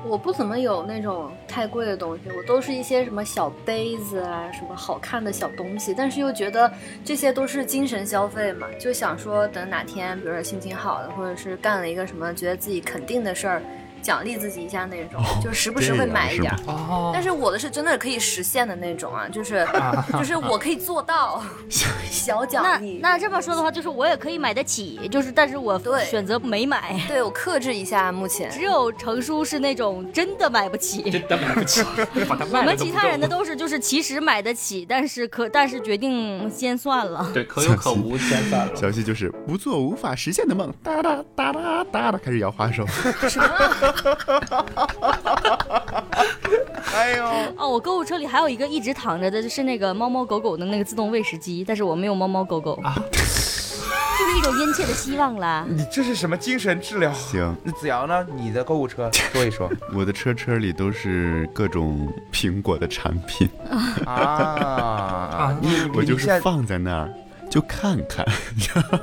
[SPEAKER 4] 我不怎么有那种太贵的东西，我都是一些什么小杯子啊，什么好看的小东西，但是又觉得这些都是精神消费嘛，就想说等哪天，比如说心情好了，或者是干了一个什么觉得自己肯定的事儿，奖励自己一下那种，就时不时
[SPEAKER 1] 这
[SPEAKER 4] 会
[SPEAKER 1] 样
[SPEAKER 4] 买一
[SPEAKER 1] 是
[SPEAKER 4] 点
[SPEAKER 1] 吗
[SPEAKER 4] 儿。
[SPEAKER 3] 哦，
[SPEAKER 4] 但是我的是真的可以实现的那种啊，就是就是我可以做到小
[SPEAKER 2] 那
[SPEAKER 4] 奖励。
[SPEAKER 2] 那这么说的话，就是我也可以买得起，就是但是我
[SPEAKER 4] 对
[SPEAKER 2] 选择没买。
[SPEAKER 4] 对我克制一下，目 前
[SPEAKER 2] 只有程叔是那种真的买不起，
[SPEAKER 3] 真的买不起，把它
[SPEAKER 2] 我
[SPEAKER 3] 卖了
[SPEAKER 2] 们
[SPEAKER 3] 都不
[SPEAKER 2] 其他人的
[SPEAKER 3] 够
[SPEAKER 2] 都是就是其实买得起，但是可但是决定先算了。
[SPEAKER 3] 对可有可无，先算了。
[SPEAKER 1] 小西就是不做无法实现的梦，哒哒哒哒哒哒，开始摇花 手。
[SPEAKER 5] 哎呦，
[SPEAKER 2] 哦，我购物车里还有一个一直躺着的，就是那个猫猫狗狗的那个自动喂食机，但是我没有猫猫狗狗，
[SPEAKER 3] 啊
[SPEAKER 2] 就是一种殷切的希望啦。
[SPEAKER 5] 你这是什么精神治疗？
[SPEAKER 1] 行，
[SPEAKER 5] 那子瑶呢？你的购物车说一说
[SPEAKER 1] 我的车车里都是各种苹果的产品，
[SPEAKER 5] 啊
[SPEAKER 3] 啊！
[SPEAKER 5] 你
[SPEAKER 1] 我
[SPEAKER 5] 你
[SPEAKER 1] 就
[SPEAKER 5] 你
[SPEAKER 1] 是
[SPEAKER 5] 现在
[SPEAKER 1] 放在那儿就看 看。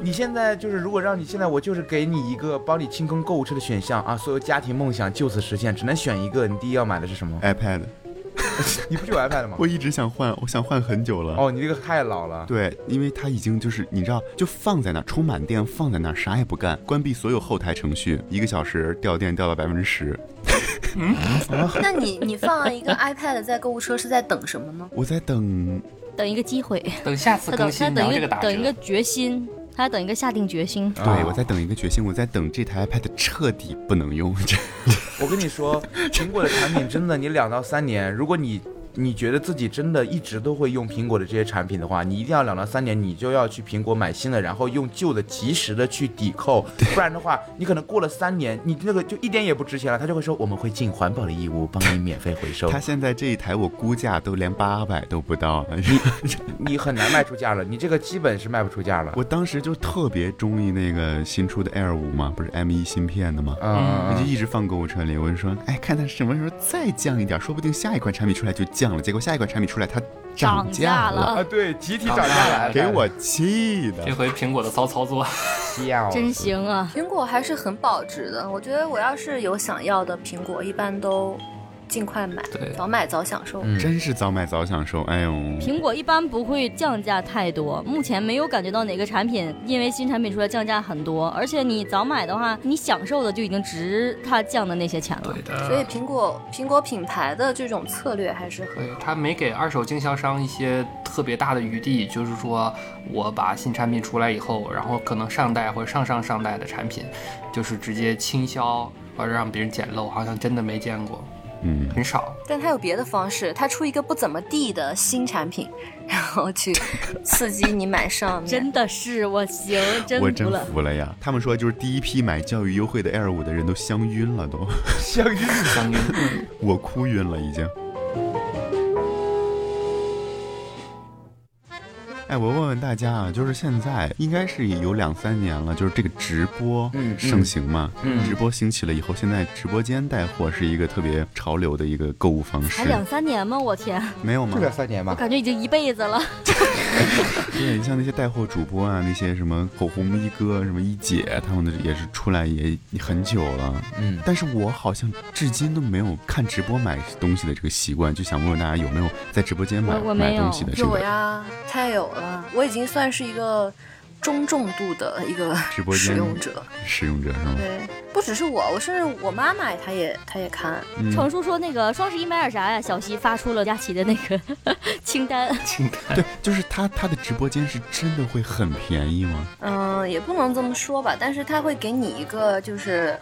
[SPEAKER 5] 你现在就是，如果让你现在，我就是给你一个帮你清空购物车的选项啊！所有家庭梦想就此实现，只能选一个。你第一要买的是什么？
[SPEAKER 1] iPad，
[SPEAKER 5] 你不是有 iPad 吗？
[SPEAKER 1] 我一直想换，我想换很久了。
[SPEAKER 5] 哦，你这个太老了。
[SPEAKER 1] 对，因为它已经就是你知道，就放在那儿，充满电放在那儿，啥也不干，关闭所有后台程序，一个小时掉电掉到百分之十。
[SPEAKER 4] 那你你放一个 iPad 在购物车是在等什么呢？
[SPEAKER 1] 我在等，
[SPEAKER 2] 等一个机会，
[SPEAKER 3] 等下次
[SPEAKER 2] 他等
[SPEAKER 3] 更
[SPEAKER 2] 他
[SPEAKER 3] 新，然
[SPEAKER 2] 等
[SPEAKER 3] 后
[SPEAKER 2] 一
[SPEAKER 3] 这个
[SPEAKER 2] 个
[SPEAKER 3] 打
[SPEAKER 2] 等一个
[SPEAKER 3] 折。
[SPEAKER 2] 决心，他等一个下定决心。
[SPEAKER 5] 啊
[SPEAKER 1] 对、我在等一个决心，我在等这台 iPad 彻底不能用。这
[SPEAKER 5] 我跟你 说，苹果的产品真的，你两到三年，如果你你觉得自己真的一直都会用苹果的这些产品的话，你一定要两到三年，你就要去苹果买新的，然后用旧的及时的去抵扣，不然的话，你可能过了三年，你那个就一点也不值钱了，他就会说我们会尽环保的义务帮你免费回收
[SPEAKER 1] 它，现在这一台我估价都连八百都不到了。
[SPEAKER 5] 你很难卖出价了，你这个基本是卖不出价了。
[SPEAKER 1] 我当时就特别中意那个新出的 Air 五嘛，不是 M 一芯片的嘛。我就
[SPEAKER 5] 嗯，
[SPEAKER 1] 一直放购物车里，我就说，哎，看它什么时候再降一点，说不定下一款产品出来就降了。结果下一款产品出来，它
[SPEAKER 2] 涨
[SPEAKER 1] 价
[SPEAKER 2] 价了
[SPEAKER 5] 啊，对，集体涨价来，
[SPEAKER 1] 给我气的嗯
[SPEAKER 3] 这。回苹果的骚操作，
[SPEAKER 5] 笑死，
[SPEAKER 2] 真行啊！
[SPEAKER 4] 苹果还是很保值的，我觉得我要是有想要的苹果，一般都尽快买
[SPEAKER 3] 对，
[SPEAKER 4] 早买早享受。
[SPEAKER 5] 嗯
[SPEAKER 1] 真是早买早享受，哎呦！
[SPEAKER 2] 苹果一般不会降价太多，目前没有感觉到哪个产品因为新产品出来降价很多，而且你早买的话，你享受的就已经值它降的那些钱了
[SPEAKER 3] 对。的。
[SPEAKER 4] 所以苹果苹果品牌的这种策略还是很
[SPEAKER 3] 对他没给二手经销商一些特别大的余地，就是说我把新产品出来以后，然后可能上代或者上上上代的产品，就是直接倾销，或者让别人捡漏，好像真的没见过，
[SPEAKER 1] 嗯，
[SPEAKER 3] 很少。
[SPEAKER 4] 但它有别的方式，它出一个不怎么地的新产品，然后去刺激你买上面。
[SPEAKER 2] 真的是我行，真
[SPEAKER 1] 我
[SPEAKER 2] 服
[SPEAKER 1] 真
[SPEAKER 2] 了。
[SPEAKER 1] 服了呀！他们说就是第一批买教育优惠的 Air 五的人都香晕了，都
[SPEAKER 5] 相遇
[SPEAKER 3] 相应
[SPEAKER 1] 我哭晕了已经。哎，我问问大家啊，就是现在应该是有两三年了，就是这个直播
[SPEAKER 3] 嗯嗯
[SPEAKER 1] 盛行嘛，
[SPEAKER 3] 嗯
[SPEAKER 1] 直播兴起了以后，现在直播间带货是一个特别潮流的一个购物方式
[SPEAKER 2] 才，两三年吗？我天，
[SPEAKER 1] 没有吗
[SPEAKER 5] 就？两三年
[SPEAKER 2] 我
[SPEAKER 5] 吧，
[SPEAKER 2] 感觉已经一辈子了。
[SPEAKER 1] 对，你像那些带货主播啊，那些什么口红一哥、什么一姐，他们的也是出来也很久了。
[SPEAKER 5] 嗯，
[SPEAKER 1] 但是我好像至今都没有看直播买东西的这个习惯，就想问问大家有没有在直播间买
[SPEAKER 2] 我我没
[SPEAKER 1] 买
[SPEAKER 2] 有
[SPEAKER 1] 东西的这
[SPEAKER 4] 有
[SPEAKER 1] 个
[SPEAKER 4] 呀，太有了！我已经算是一个中重度的一个
[SPEAKER 1] 直播间
[SPEAKER 4] 使用者。
[SPEAKER 1] 使用者是吗？
[SPEAKER 4] 对，不只是我，我甚至我妈妈她也她也看。
[SPEAKER 1] 嗯，
[SPEAKER 2] 程叔说那个双十一买点啥呀？小西发出了佳琪的那个清单，
[SPEAKER 3] 清淡。
[SPEAKER 1] 对，就是他他的直播间是真的会很便宜吗？
[SPEAKER 4] 嗯，也不能这么说吧，但是他会给你一个就是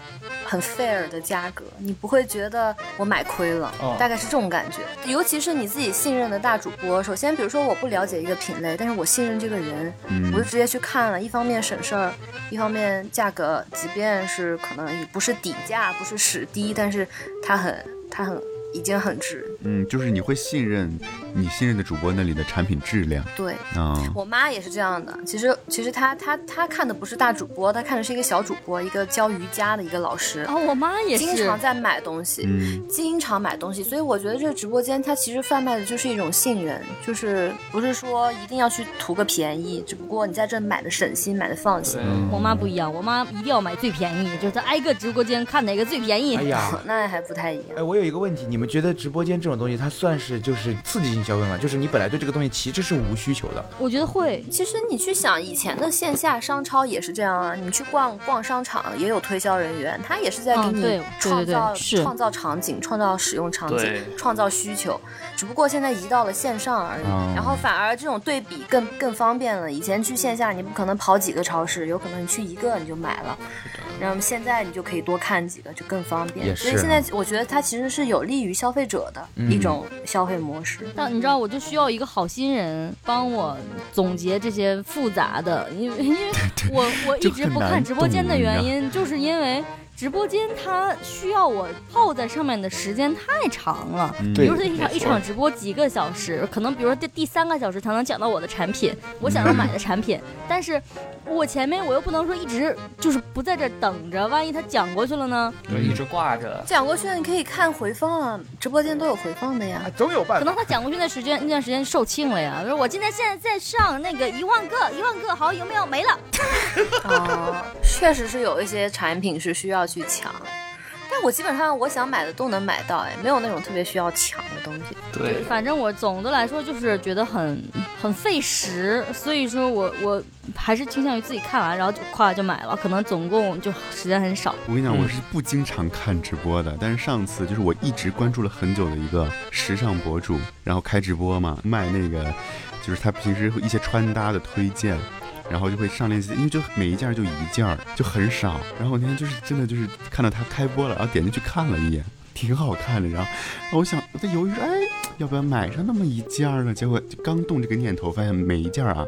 [SPEAKER 4] 很 fair 的价格，你不会觉得我买亏了，
[SPEAKER 3] 哦
[SPEAKER 4] 大概是这种感觉。尤其是你自己信任的大主播，首先比如说我不了解一个品类，但是我信任这个人，
[SPEAKER 1] 嗯
[SPEAKER 4] 我就直接去看了，一方面省事儿，一方面价格，即便是可能也不是底价，不是史低，但是它很它很已经很值。
[SPEAKER 1] 嗯，就是你会信任你信任的主播那里的产品质量
[SPEAKER 4] 对，
[SPEAKER 1] 啊。
[SPEAKER 4] 我妈也是这样的。其实，其实她她她看的不是大主播，她看的是一个小主播，一个教瑜伽的一个老师，
[SPEAKER 2] 啊，我妈也
[SPEAKER 4] 经
[SPEAKER 2] 是
[SPEAKER 4] 常。在买东西，
[SPEAKER 1] 嗯
[SPEAKER 4] 经常买东西。所以我觉得这个直播间它其实贩卖的就是一种信任，就是不是说一定要去图个便宜，只不过你在这买的省心，买的放心
[SPEAKER 3] 对。，
[SPEAKER 2] 我妈不一样，我妈一定要买最便宜，就是她挨个直播间看哪个最便宜
[SPEAKER 5] 哎。呀。
[SPEAKER 4] 那还不太一样
[SPEAKER 5] 哎，。我有一个问题，你们觉得直播间这种东西，它算是就是刺激性消费吗？就是你本来对这个东西其实是无需求的，
[SPEAKER 2] 我觉得会，
[SPEAKER 4] 其实你去想，以前的线下商超也是这样啊。你去逛逛商场，也有推销人员，他也是在给
[SPEAKER 2] 嗯对
[SPEAKER 4] 你
[SPEAKER 2] 对
[SPEAKER 4] 创
[SPEAKER 2] 对
[SPEAKER 4] 造、
[SPEAKER 2] 是
[SPEAKER 4] 创造场景、创造使用场景
[SPEAKER 3] 对、
[SPEAKER 4] 创造需求。只不过现在移到了线上而已，
[SPEAKER 1] 哦
[SPEAKER 4] 然后反而这种对比更更方便了。以前去线下，你不可能跑几个超市，有可能你去一个你就买了。然后现在你就可以多看几个，就更方
[SPEAKER 5] 也
[SPEAKER 4] 便。
[SPEAKER 5] 是
[SPEAKER 4] 所以现
[SPEAKER 2] 啊
[SPEAKER 4] 在我觉得它其实是有利于消费者的一种消费模式。
[SPEAKER 2] 但嗯你知道，我就需要一个好心人帮我总结这些复杂的，因为因为我我一
[SPEAKER 1] 就
[SPEAKER 2] 直
[SPEAKER 1] 很
[SPEAKER 2] 不看
[SPEAKER 1] 难
[SPEAKER 2] 直播间的
[SPEAKER 1] 懂呀
[SPEAKER 2] 原因，就是因为直播间它需要我泡在上面的时间太长了。
[SPEAKER 1] 嗯
[SPEAKER 2] 比
[SPEAKER 5] 对
[SPEAKER 2] 如说一场一
[SPEAKER 3] 没错
[SPEAKER 2] 场直播几个小时，可能比如说第第三个小时才能讲到我的产品，我想要买的产品，但是我前面我又不能说一直就是不在这儿等着，万一他讲过去了呢？
[SPEAKER 3] 对，一直挂着。
[SPEAKER 4] 讲过去了，你可以看回放啊，直播间都有回放的呀
[SPEAKER 5] 啊，。总有办
[SPEAKER 2] 可
[SPEAKER 5] 法
[SPEAKER 2] 能。他讲过去那时间那段时间售罄了呀。说我今天现在在上那个一万个一万个，好有没有没了？
[SPEAKER 4] 哦，确实是有一些产品是需要去抢，但我基本上我想买的都能买到，哎，没有那种特别需要抢的东西。
[SPEAKER 3] 对，
[SPEAKER 2] 反正我总的来说就是觉得很很费时，所以说我我还是倾向于自己看完然后就咵就买了，可能总共就时间很少。
[SPEAKER 1] 我跟你讲，
[SPEAKER 3] 嗯
[SPEAKER 1] 我是不经常看直播的，但是上次就是我一直关注了很久的一个时尚博主，然后开直播嘛，卖那个就是他平时会一些穿搭的推荐。然后就会上链接，因为就每一件儿就一件儿，就很少。然后我那天就是真的就是看到他开播了，然后点进去看了一眼，挺好看的。然后，然后我想我在犹豫说，哎，要不要买上那么一件儿呢？结果就刚动这个念头，发现每一件儿啊，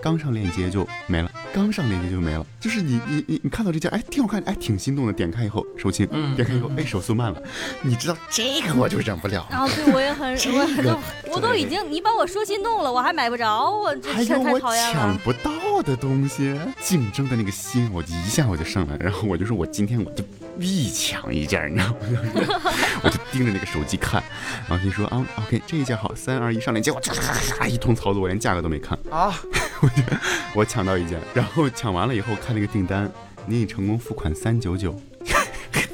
[SPEAKER 1] 刚上链接就没了，刚上链接就没了。就是你你你你看到这件，哎，挺好看，哎，挺心动的，点开以后手轻，
[SPEAKER 3] 嗯
[SPEAKER 1] 点开以后，哎，手速慢了。你知道这个我就忍不了，
[SPEAKER 2] 然后啊对我也 很我很多我都已经你把我说心动了，我还买不着，我这
[SPEAKER 1] 还
[SPEAKER 2] 事儿
[SPEAKER 1] 有
[SPEAKER 2] 太
[SPEAKER 1] 我
[SPEAKER 2] 讨厌
[SPEAKER 1] 抢
[SPEAKER 2] 了。
[SPEAKER 1] 不到的东西，竞争的那个心，我就一下我就上来，然后我就说我今天我就必抢一件，你知道吗？ 我就盯着那个手机看，然后就说啊，OK，这一件好，三二一上链接，我唰唰唰唰一通操作，我连价格都没看。
[SPEAKER 5] 啊，
[SPEAKER 1] 我抢到一件，然后抢完了以后看那个订单，您已成功付款三九九。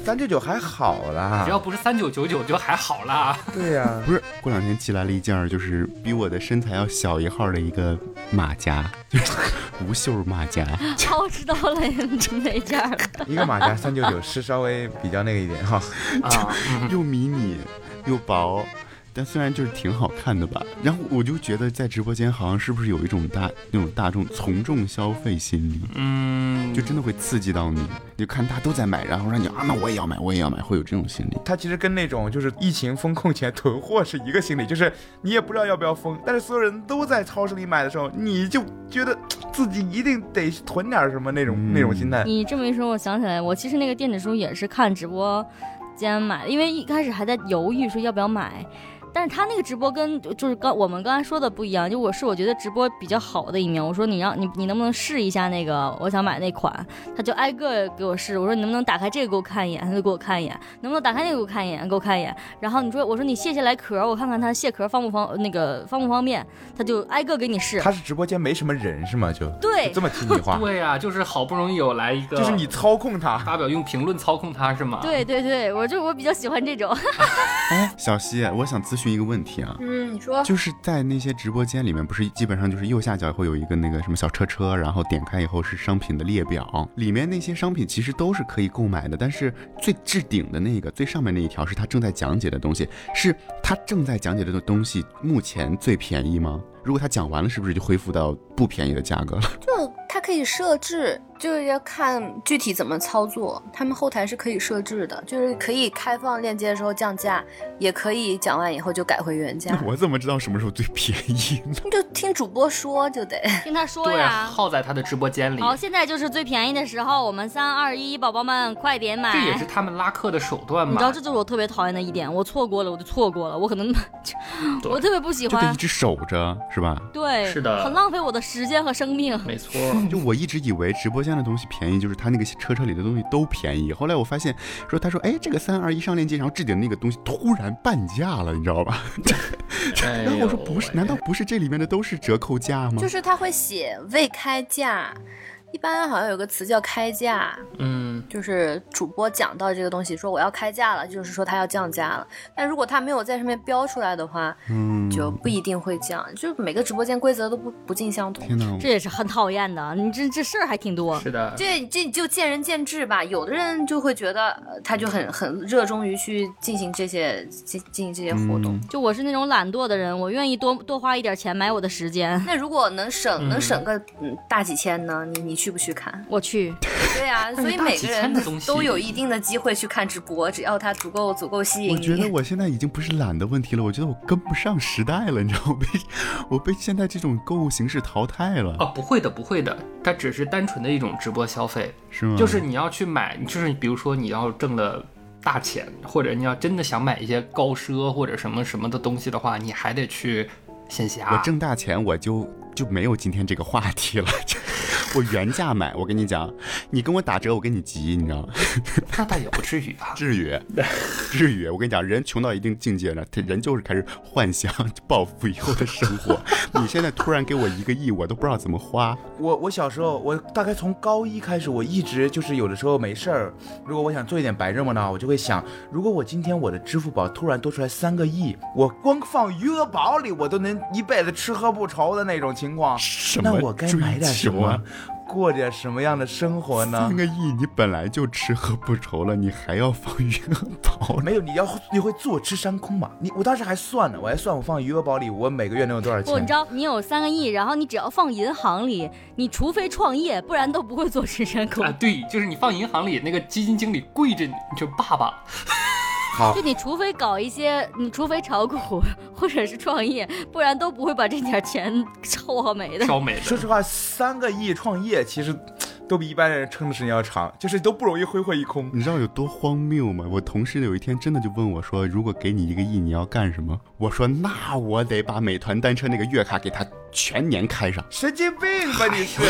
[SPEAKER 5] 三九九还好
[SPEAKER 3] 只要
[SPEAKER 5] 啦，
[SPEAKER 3] 不是三九九九，就还好啦。
[SPEAKER 5] 对呀、
[SPEAKER 1] 不是，过两天寄来了一件儿就是比我的身材要小一号的一个马甲，就是 无袖马甲。
[SPEAKER 2] 哦，我知道了，哪件儿？
[SPEAKER 5] 一个马甲三九九是稍微比较那个一点哈。
[SPEAKER 3] 啊，嗯
[SPEAKER 1] 又迷你又薄，但虽然就是挺好看的吧，然后我就觉得在直播间好像是不是有一种大那种大众从众消费心理，
[SPEAKER 3] 嗯，
[SPEAKER 1] 就真的会刺激到你，你就看大家都在买，然后让你啊，那我也要买，我也要买，会有这种心理。
[SPEAKER 5] 它其实跟那种就是疫情风控前囤货是一个心理，就是你也不知道要不要封，但是所有人都在超市里买的时候，你就觉得自己一定得囤点什么那种、
[SPEAKER 1] 嗯
[SPEAKER 5] 那种心 态。
[SPEAKER 2] 你这么一说，我想起来，我其实那个电子书也是看直播间买的，因为一开始还在犹豫说要不要买。但是他那个直播跟就是刚我们刚才说的不一样，就我是我觉得直播比较好的一面。我说你让你你能不能试一下那个我想买那款，他就挨个给我试。我说你能不能打开这个给我看一眼，他就给我看一眼；能不能打开那个给我看一眼，给我看一眼。然后你说我说你卸下来壳，我看看它卸壳方不方那个方不方便，他就挨个给你试。
[SPEAKER 5] 它是直播间没什么人是吗？就
[SPEAKER 2] 对
[SPEAKER 5] 这么听你 话，
[SPEAKER 3] 对啊，就是好不容易有来一个，
[SPEAKER 5] 就是你操控它。
[SPEAKER 3] 发表用评论操控他是吗？，
[SPEAKER 2] 对对对，我就我比较喜欢这种。
[SPEAKER 1] 哎，小西，我想咨询一个问题啊，
[SPEAKER 4] 嗯，你 说
[SPEAKER 1] 就是在那些直播间里面，不是基本上就是右下角会有一个那个什么小车车，然后点开以后是商品的列表，里面那些商品其实都是可以购买的，但是最置顶的那个最上面那一条是他正在讲解的东西，是他正在讲解的东西目前最便宜吗？如果他讲完了，是不是就恢复到不便宜的价格了？。
[SPEAKER 4] 就它可以设置，就是要看具体怎么操作。他们后台是可以设置的，就是可以开放链接的时候降价，也可以讲完以后就改回原价
[SPEAKER 1] 我怎么知道什么时候最便宜 呢？
[SPEAKER 4] 就听主播说就 得。
[SPEAKER 2] 听他说
[SPEAKER 3] 对啊，
[SPEAKER 2] 呀。
[SPEAKER 3] 耗在他的直播间里，
[SPEAKER 2] 好，现在就是最便宜的时候，我们三二一，宝宝们快点买。
[SPEAKER 3] 这也是他们拉客的手段
[SPEAKER 2] 你
[SPEAKER 3] 嘛
[SPEAKER 2] 知。道，这就是我特别讨厌的一点，我错过了，我就错过了，我可能
[SPEAKER 3] 对
[SPEAKER 2] 我特别不喜
[SPEAKER 1] 就得一
[SPEAKER 2] 欢，
[SPEAKER 1] 直守着，是吧？
[SPEAKER 2] 对，
[SPEAKER 3] 是的
[SPEAKER 2] 很浪费我的时间和生命。
[SPEAKER 3] 没 错，
[SPEAKER 1] 就我一直以为直播间的东西便宜，就是他那个车车里的东西都便宜。后来我发现，说他说，哎，这个三二一上链接，然后置顶那个东西突然半价了，你知道吧？
[SPEAKER 3] 哎
[SPEAKER 1] 然后我说
[SPEAKER 3] 呦
[SPEAKER 1] 不是，
[SPEAKER 3] 喂
[SPEAKER 1] 难道不是这里面的都是折扣价吗？
[SPEAKER 4] 就是他会写未开价，一般好像有个词叫开价，
[SPEAKER 3] 嗯，
[SPEAKER 4] 就是主播讲到这个东西，说我要开价了，就是说他要降价了。但如果他没有在上面标出来的话，
[SPEAKER 1] 嗯，
[SPEAKER 4] 就不一定会降。就每个直播间规则都不不尽相同。
[SPEAKER 1] 天哪！
[SPEAKER 2] 这也是很讨厌的，你这这事儿还挺多。
[SPEAKER 3] 是的，
[SPEAKER 4] 这这就见仁见智吧，有的人就会觉得呃他就很很热衷于去进行这些进进行这些活动。
[SPEAKER 1] 嗯
[SPEAKER 2] 就我是那种懒惰的人，我愿意多多花一点钱买我的时间。
[SPEAKER 4] 那如果能省
[SPEAKER 3] 嗯
[SPEAKER 4] 能省个嗯大几千呢？你你去不去看？
[SPEAKER 2] 我去，
[SPEAKER 4] 对啊，所以
[SPEAKER 3] 哎大
[SPEAKER 4] 每
[SPEAKER 3] 几
[SPEAKER 4] 个
[SPEAKER 3] 千
[SPEAKER 4] 人
[SPEAKER 3] 的东西
[SPEAKER 4] 都有一定的机会去看直播，只要它足够足够吸引
[SPEAKER 1] 我
[SPEAKER 4] 你。
[SPEAKER 1] 觉得我现在已经不是懒的问题了，我觉得我跟不上时代了，你知道吗，我被我被现在这种购物形式淘汰了，
[SPEAKER 3] 哦，不会的，不会的，它只是单纯的一种直播消费，
[SPEAKER 1] 是吗？
[SPEAKER 3] 就是你要去买，就是比如说你要挣了大钱，或者你要真的想买一些高奢或者什么什么的东西的话，你还得去线下。
[SPEAKER 1] 我挣大钱，我就就没有今天这个话题了。 就我原价买，我跟你讲，你跟我打折，我跟你急，你知道吗？。
[SPEAKER 3] 那倒也不至于啊 吧
[SPEAKER 1] 至于，至于，我跟你讲，人穷到一定境界了，他人就是开始幻想 暴富以后的生 活。你现在突然给我一个亿，我都不知道怎么花。
[SPEAKER 5] 我我小时
[SPEAKER 1] 嗯
[SPEAKER 5] 候，我大概从高一开始，我一直就是有的时候没事儿，如果我想做一点白日梦呢，我就会想，如果我今天我的支付宝突然多出来三个亿，我光放余额宝里，我都能一辈子吃喝不愁的那种情况，
[SPEAKER 1] 什
[SPEAKER 5] 那
[SPEAKER 1] 么
[SPEAKER 5] 我该买点什
[SPEAKER 1] 追求
[SPEAKER 5] 么
[SPEAKER 1] 啊？，
[SPEAKER 5] 过着什么样的生活呢
[SPEAKER 1] 三？个亿，你本来就吃喝不愁了，你还要放余额宝？
[SPEAKER 5] 没有，你要你会坐吃山空嘛？你我当时还算呢，我还算我放余额宝里，我每个月能有多少
[SPEAKER 2] 不，你
[SPEAKER 5] 钱
[SPEAKER 2] 知？道，你有三个亿，然后你只要放银行里，你除非创业，不然都不会做吃山空
[SPEAKER 3] 啊，。对，就是你放银行里那个基金经理跪着你，就爸爸，
[SPEAKER 5] 好
[SPEAKER 2] 就，你除非搞一些，你除非炒股或者是创业，不然都不会把这点钱凑合没的。
[SPEAKER 3] 烧美
[SPEAKER 5] 说
[SPEAKER 3] 的。
[SPEAKER 5] 实话，三个亿创业其实都比一般人撑的时间要长，就是都不容易挥霍一空。
[SPEAKER 1] 你知道有多荒谬吗？我同事有一天真的就问我说：“如果给你一个亿，你要干什么？”我说：“那我得把美团单车那个月卡给它全年开上，
[SPEAKER 5] 神经病吧你是？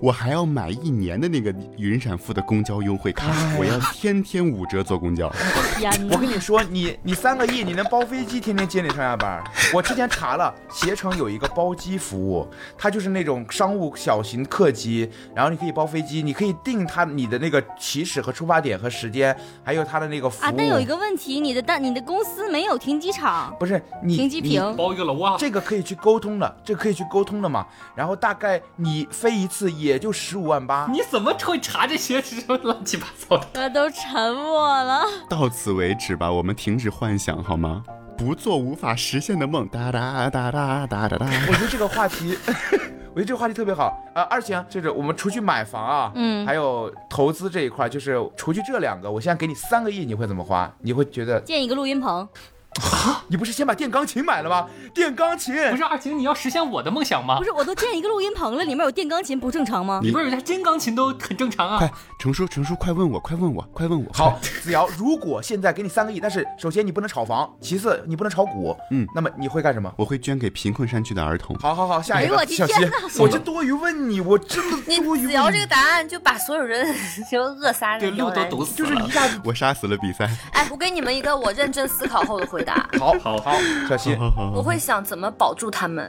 [SPEAKER 1] 我还要买一年的那个云闪付的公交优惠卡，我要天天五折坐公交。
[SPEAKER 2] 天 哪！
[SPEAKER 5] 我跟你说，你你三个亿，你能包飞机，天天接你上下班。我之前查了，携程有一个包机服务，它就是那种商务小型客机，然后你可以包飞机，你可以定它你的那个起始和出发点和时间，还有它的那个服务。
[SPEAKER 2] 啊，但有一个问题，你的但你的公司没有停机场、
[SPEAKER 5] 不是你
[SPEAKER 2] 停机
[SPEAKER 5] 你
[SPEAKER 2] 坪，
[SPEAKER 3] 包一个楼啊！
[SPEAKER 5] 这个可以去沟通的，这个可以去沟通的嘛。然后大概你飞一次也就十五万八，
[SPEAKER 3] 你怎么会查这些什么乱七八糟的？
[SPEAKER 2] 呃，都沉默了。
[SPEAKER 1] 到此为止吧，我们停止幻想好吗？
[SPEAKER 6] 不做无法实现的梦。哒哒哒哒哒哒哒。
[SPEAKER 5] 我觉得这个话题，我觉得这个话题特别好啊、呃而且啊，就是我们除去买房啊，
[SPEAKER 2] 嗯
[SPEAKER 5] 还有投资这一块，就是除去这两个，我现在给你三个亿，你会怎么花？你会觉得
[SPEAKER 2] 建一个录音棚，
[SPEAKER 5] 你不是先把电钢琴买了吗？电钢琴
[SPEAKER 3] 不是二晴，你要实现我的梦想吗
[SPEAKER 2] 不？是我都建一个录音棚了，里面有电钢琴不正常吗？
[SPEAKER 3] 你不是有架真钢琴都很正常啊
[SPEAKER 6] 快。，程叔，程叔，快问我，快问我，快问我。
[SPEAKER 5] 好，子瑶，如果现在给你三个亿，但是首先你不能炒房，其次你不能炒股，
[SPEAKER 6] 嗯，
[SPEAKER 5] 那么你会干什么？
[SPEAKER 6] 我会捐给贫困山区的儿童。
[SPEAKER 5] 好好好，下一
[SPEAKER 2] 哎呦
[SPEAKER 5] 个
[SPEAKER 2] 我的
[SPEAKER 5] 小
[SPEAKER 2] 天
[SPEAKER 5] 溪，我这多余问你，我真的
[SPEAKER 4] 你
[SPEAKER 5] 多余
[SPEAKER 4] 只要
[SPEAKER 5] 问
[SPEAKER 4] 这
[SPEAKER 5] 你
[SPEAKER 4] 个。答案就把所有人 就扼杀在
[SPEAKER 3] 对，
[SPEAKER 4] 摇
[SPEAKER 3] 路都
[SPEAKER 4] 篮
[SPEAKER 3] 堵
[SPEAKER 4] 里。
[SPEAKER 3] 死了。
[SPEAKER 6] 我杀死了比赛。
[SPEAKER 4] 哎，我给你们一个我认真思考后的回
[SPEAKER 3] 啊
[SPEAKER 4] 答，
[SPEAKER 5] 好好好，小溪，
[SPEAKER 6] 好好
[SPEAKER 4] 我会想怎么保住他们，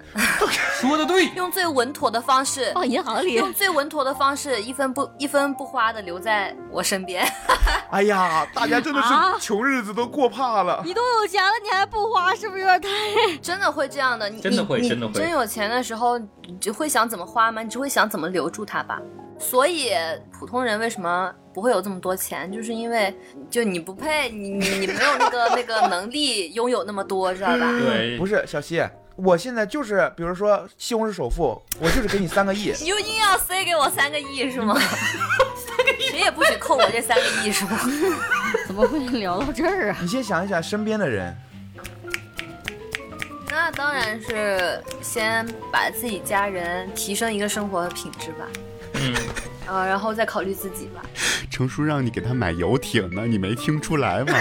[SPEAKER 3] 说的对，
[SPEAKER 4] 用最稳妥的方式。
[SPEAKER 2] 放哦银行里，
[SPEAKER 4] 用最稳妥的方式，一分不一分不花的留在我身边。
[SPEAKER 5] 哎呀，大家真的
[SPEAKER 2] 啊
[SPEAKER 5] 是穷日子都过怕了。
[SPEAKER 2] 你都有钱了，你还不花，是不是有点太？
[SPEAKER 4] 真的会这样的，你
[SPEAKER 3] 真的会
[SPEAKER 4] 你
[SPEAKER 3] 真的会
[SPEAKER 4] 你真有钱的时候，你就会想怎么花吗？你只会想怎么留住它吧。所以普通人为什么不会有这么多钱，就是因为就你不配，你你你没有那个那个能力拥有那么多，知道吧？，
[SPEAKER 3] 对
[SPEAKER 5] 不是小西，我现在就是，比如说《西红柿首富》，我就是给你三个 亿
[SPEAKER 4] 你就硬要塞给我三个亿是吗？三个亿，谁也不许扣我这三个亿是吗？
[SPEAKER 2] 怎么会聊到这儿啊？
[SPEAKER 5] 你先想一想身边的人，
[SPEAKER 4] 那当然是先把自己家人提升一个生活品质吧，
[SPEAKER 3] 嗯，
[SPEAKER 4] 呃，然后再考虑自己吧。
[SPEAKER 6] 程叔让你给他买游艇呢，你没听出来吗？